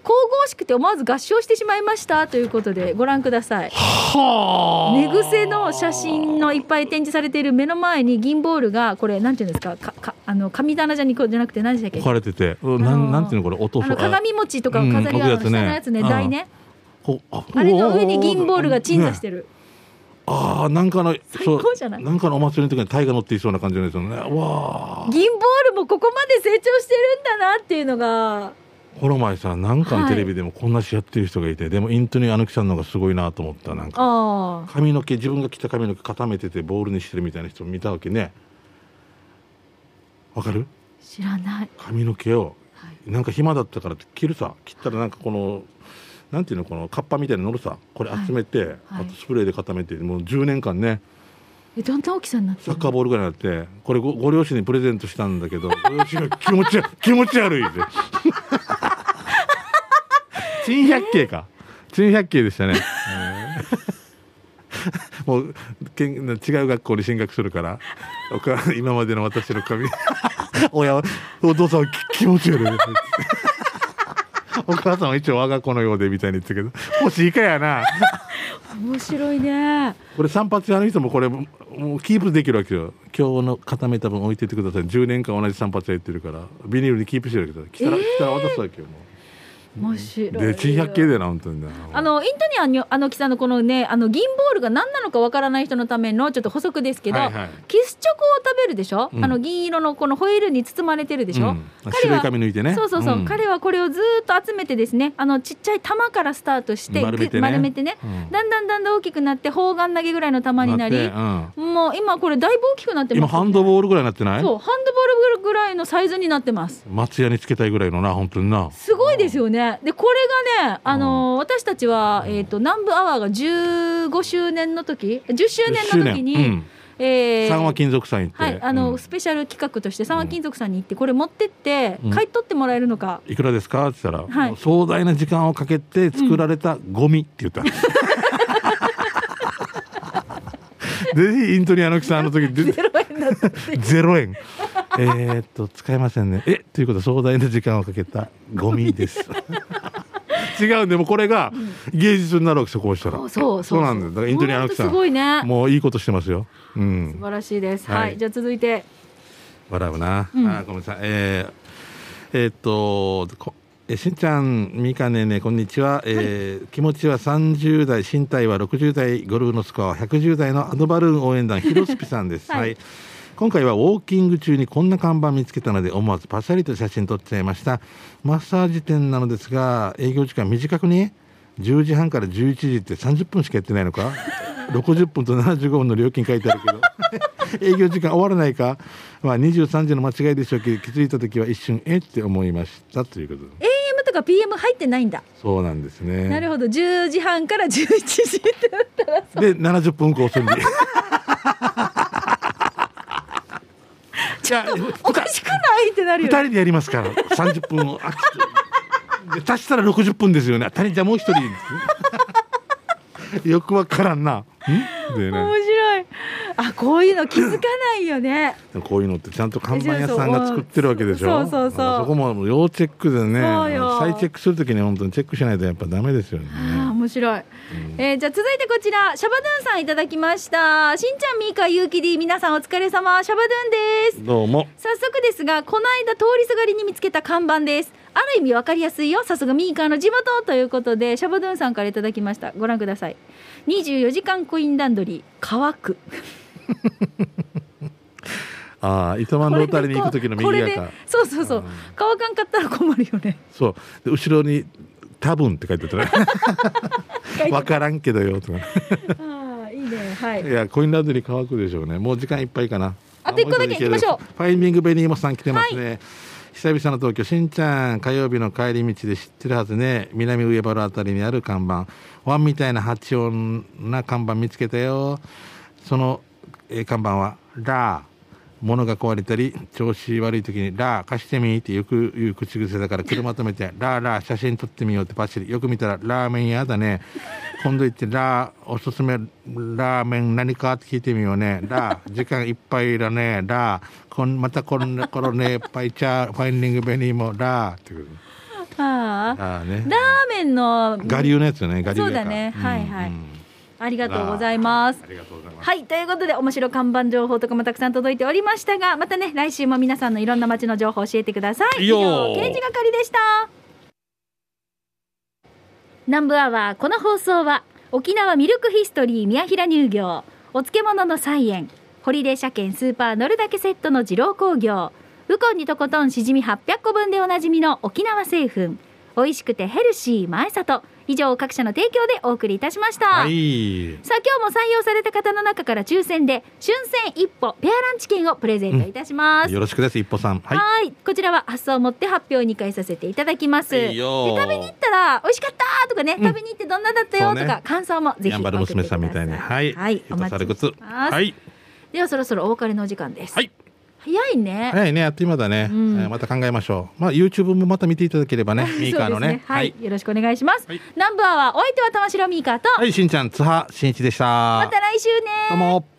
Speaker 1: 神々しくて思わず合唱してしまいましたということでご覧ください
Speaker 2: はあ
Speaker 1: 寝癖の写真のいっぱい展示されている目の前に銀ボールがこれなんていうんですかかかあの神棚じゃにこうじゃなくて何でしたっけ
Speaker 2: 置かれてて、うんな
Speaker 1: あー
Speaker 2: ん、なんていうのこれ、おと
Speaker 1: あの鏡餅とかを飾り合うの下のやつね
Speaker 2: うん
Speaker 1: 台ね
Speaker 2: こあ
Speaker 1: あれの上に銀ボールが鎮座して
Speaker 2: る。ね
Speaker 1: る
Speaker 2: ああ、なんかの、
Speaker 1: 最
Speaker 2: そ
Speaker 1: 高
Speaker 2: う
Speaker 1: じゃない
Speaker 2: なんかのお祭りの時に、タイが乗っていそうな感じのやつよね。わあ。
Speaker 1: 銀ボールもここまで成長してるんだなっていうのが
Speaker 2: この前さ、なんか
Speaker 1: は
Speaker 2: の
Speaker 1: い
Speaker 2: テレビでも、こんなしやってる人がいて、でも、イントニーあのきさんの方がすごいなと思った、なんか。
Speaker 1: ああ
Speaker 2: 髪の毛、自分が着た髪の毛固めてて、ボールにしてるみたいな人見たわけね。わかる。
Speaker 1: 知らない、
Speaker 2: 髪の毛を
Speaker 1: はい、
Speaker 2: なんか暇だったから切るさ切ったらなんかこのなんていうのこのカッパみたいなの乗るさこれ
Speaker 1: はい
Speaker 2: 集めて、
Speaker 1: はい
Speaker 2: あとスプレーで固めてもう10年間ね
Speaker 1: えどんな大きさになって
Speaker 2: サ
Speaker 1: る
Speaker 2: ッカーボールぐらいになってこれごご両親にプレゼントしたんだけどご両親が気持ち悪い気持ち悪いって *laughs* 珍百景か珍百景でしたねうんもうけん違う学校に進学するからお母今までの私の髪親はお父さんはき気持ち悪いお母さんは一応我が子のようでみたいに言ってたけど星いかやな
Speaker 1: 面白いね
Speaker 2: これ散髪屋の人もこれもうキープできるわけよ今日の固めた分置いててください10年間同じ散髪屋行ってるからビニールにキープしてるわけだ来たら、来たら渡すわけよも
Speaker 1: 面白い
Speaker 2: で珍百景だよな本当にな
Speaker 1: あのイントニアにあのきさんのこのねあの銀ボールが何なのかわからない人のためのちょっと補足ですけど、
Speaker 2: はいはい
Speaker 1: キスチョコを食べるでしょ、
Speaker 2: うん
Speaker 1: あの銀色のこのホイールに包まれてるでしょ、
Speaker 2: うん白い髪抜いてね
Speaker 1: そうそうそう、
Speaker 2: ん
Speaker 1: 彼はこれをずーっと集めてですねあのちっちゃい玉からスタートして
Speaker 2: 丸めてね
Speaker 1: ぐ丸めてね、
Speaker 2: うん
Speaker 1: だんだんだんだん大きくなって砲丸投げぐらいの玉になり
Speaker 2: ってうん
Speaker 1: もう今これだいぶ大きくなってます、
Speaker 2: 今ハンドボールぐらいになってない
Speaker 1: そうハンドボールぐらいのサイズになってます
Speaker 2: 松屋につけたいぐらいのな本当にな
Speaker 1: すごいですよね。で、これがね、あのー私たちは、えっ、と、南部アワーが15周年の時、10周年の時に、
Speaker 2: うん
Speaker 1: えー
Speaker 2: 三和金属さん行って、
Speaker 1: はい、あの、
Speaker 2: うん
Speaker 1: スペシャル企画として、三和金属さんに行って、これ持ってって、
Speaker 2: うん
Speaker 1: 買い取ってもらえるのか。 *laughs*
Speaker 2: いくらですか?」って言ったら、
Speaker 1: はい
Speaker 2: 壮大な時間をかけて作られたゴミ」って言った、
Speaker 1: *laughs*
Speaker 2: ぜひイントニアの木さんあの
Speaker 1: *laughs*
Speaker 2: 時で
Speaker 1: ゼロ円だったって。
Speaker 2: 0円えーっと使えませんねえということは壮大な時間をかけたゴ
Speaker 1: *laughs*
Speaker 2: ミです違うんでもうこれが芸術になる *laughs* わけそこをしたら
Speaker 1: そうそう
Speaker 2: そうなんですだからイントニアの木さ
Speaker 1: ほとすご
Speaker 2: ん
Speaker 1: いね。
Speaker 2: もういいことしてますよ、う
Speaker 1: 素
Speaker 2: ん、
Speaker 1: 晴らしいです。はい、
Speaker 2: はい
Speaker 1: じゃあ続いて。
Speaker 2: 笑うな、
Speaker 1: うん
Speaker 2: あーごめんなさいえーえーっとこえーしんちゃんみかねねこんにちは、えー気持ちは30代身体は60代ゴルフのスコアは110代のアドバルーン応援団ヒロスピさんで
Speaker 1: *laughs*
Speaker 2: す
Speaker 1: はい
Speaker 2: はい今回はウォーキング中にこんな看板見つけたので思わずパシャリと写真撮っちゃいましたマッサージ店なのですが営業時間短くね10時半から11時って30分しかやってないのか60分と75分の料金書いてあるけど *laughs* 営業時間終わらないか、まあ、23時の間違いでしょうけど気づいた時は一瞬えって思いましたということで
Speaker 1: AM とか PM 入ってないんだ。
Speaker 2: そうなんですね
Speaker 1: なるほど。10時半から11時ってなったら、
Speaker 2: で70分更新に *laughs* ちょっ
Speaker 1: おかしくないってなる
Speaker 2: 二
Speaker 1: よね。
Speaker 2: 人でやりますから30分を飽きて足したら60分ですよね足りじゃもう一人よくわからんなんで
Speaker 1: 面
Speaker 2: ね
Speaker 1: 白い。あ、こういうの気づかないよね。
Speaker 2: でもこういうのってちゃんと看板屋さんが作ってるわけでしょ
Speaker 1: そうそうそうそう
Speaker 2: そこも要チェックでね
Speaker 1: そうよ
Speaker 2: 再チェックするときに本当にチェックしないとやっぱダメですよね
Speaker 1: ああ面白い、えーじゃあ続いてこちらシャバドゥンさんいただきましたしんちゃんみーかゆうきり皆さんお疲れ様シャバドゥンです
Speaker 2: どうも
Speaker 1: 早速ですがこの間通りすがりに見つけた看板ですある意味わかりやすいよさすがミーカーの地元ということでシャバドゥンさんからいただきましたご覧ください24時間コインランドリー乾く
Speaker 2: ああ糸満ロータリーに行く時の
Speaker 1: こ
Speaker 2: 右
Speaker 1: れ
Speaker 2: 側
Speaker 1: で
Speaker 2: か
Speaker 1: そうそうそう
Speaker 2: うん
Speaker 1: 乾かんかったら困るよね
Speaker 2: そうで後ろに「多分」って書いてあった
Speaker 1: *laughs*
Speaker 2: ねわからんけどよとか
Speaker 1: ああいいねはい
Speaker 2: いやコインランドリー乾くでしょうねもう時間いっぱいかな
Speaker 1: あと一個だけ
Speaker 2: もう一
Speaker 1: 行きましょう
Speaker 2: 行けるファインディングベニーモさん来てますね、久々の東京しんちゃん火曜日の帰り道で知ってるはずね南上原あたりにある看板ワンみたいな八音な看板見つけたよその、えー看板は「ラー」物が壊れたり調子悪い時に「ラー貸してみ」ってよく言う口癖だから車止めて「ラーラー写真撮ってみよう」ってパシリよく見たら「ラーメン屋だね今度行ってラーおすすめラーメン何かって聞いてみようねラー時間いっぱいだねラーこんまたこ *laughs* んな頃ねパイチャーファインディングベニーもラーっていう
Speaker 1: ああ
Speaker 2: ラーね
Speaker 1: ラーメンの
Speaker 2: 我流のやつよね我流
Speaker 1: そうだねはいはいあり
Speaker 2: あ
Speaker 1: がとうございます
Speaker 2: ありがとうございます
Speaker 1: はいということで面白看板情報とかもたくさん届いておりましたがまたね来週も皆さんのいろんな街の情報を教えてください
Speaker 2: いいよ
Speaker 1: 以上刑事係でした南部アワーこの放送は沖縄ミルクヒストリー宮平乳業お漬物の菜園ホリデー車検スーパー乗るだけセットの二郎工業ウコンにとことんしじみ800個分でおなじみの沖縄製粉美味しくてヘルシー前里以上各社の提供でお送りいたしました、
Speaker 2: はい
Speaker 1: さあ今日も採用された方の中から抽選で春戦一歩ペアランチ券をプレゼントいたします、
Speaker 2: よろしくです一歩さんはい
Speaker 1: はいこちらは発送を持って発表2回させていただきます
Speaker 2: いいよ
Speaker 1: で食べに行ったら美味しかったとかね、
Speaker 2: うん
Speaker 1: 食べに行ってどんなだったよと
Speaker 2: そ
Speaker 1: か、
Speaker 2: うね
Speaker 1: 感想もぜひ
Speaker 2: やんばる娘さんみたいに
Speaker 1: 送ってくださ
Speaker 2: はい
Speaker 1: はい、お
Speaker 2: 人
Speaker 1: 待
Speaker 2: さ
Speaker 1: ち
Speaker 2: る
Speaker 1: し
Speaker 2: 靴
Speaker 1: てます、
Speaker 2: はい
Speaker 1: ではそろそろお別れのお時間です、
Speaker 2: はい
Speaker 1: 早いね、
Speaker 2: 早いねあっという間だねえ
Speaker 1: うん
Speaker 2: ーまた考えましょうまあ YouTube もまた見ていただければ *laughs* ねミーカー
Speaker 1: そ
Speaker 2: の
Speaker 1: うです
Speaker 2: ね
Speaker 1: はい、よろしくお願いします、
Speaker 2: はい
Speaker 1: 南部アワーお相手は玉城ミーカーと、
Speaker 2: はいしんちゃん津波しんいちでした
Speaker 1: また来週ね
Speaker 2: どうも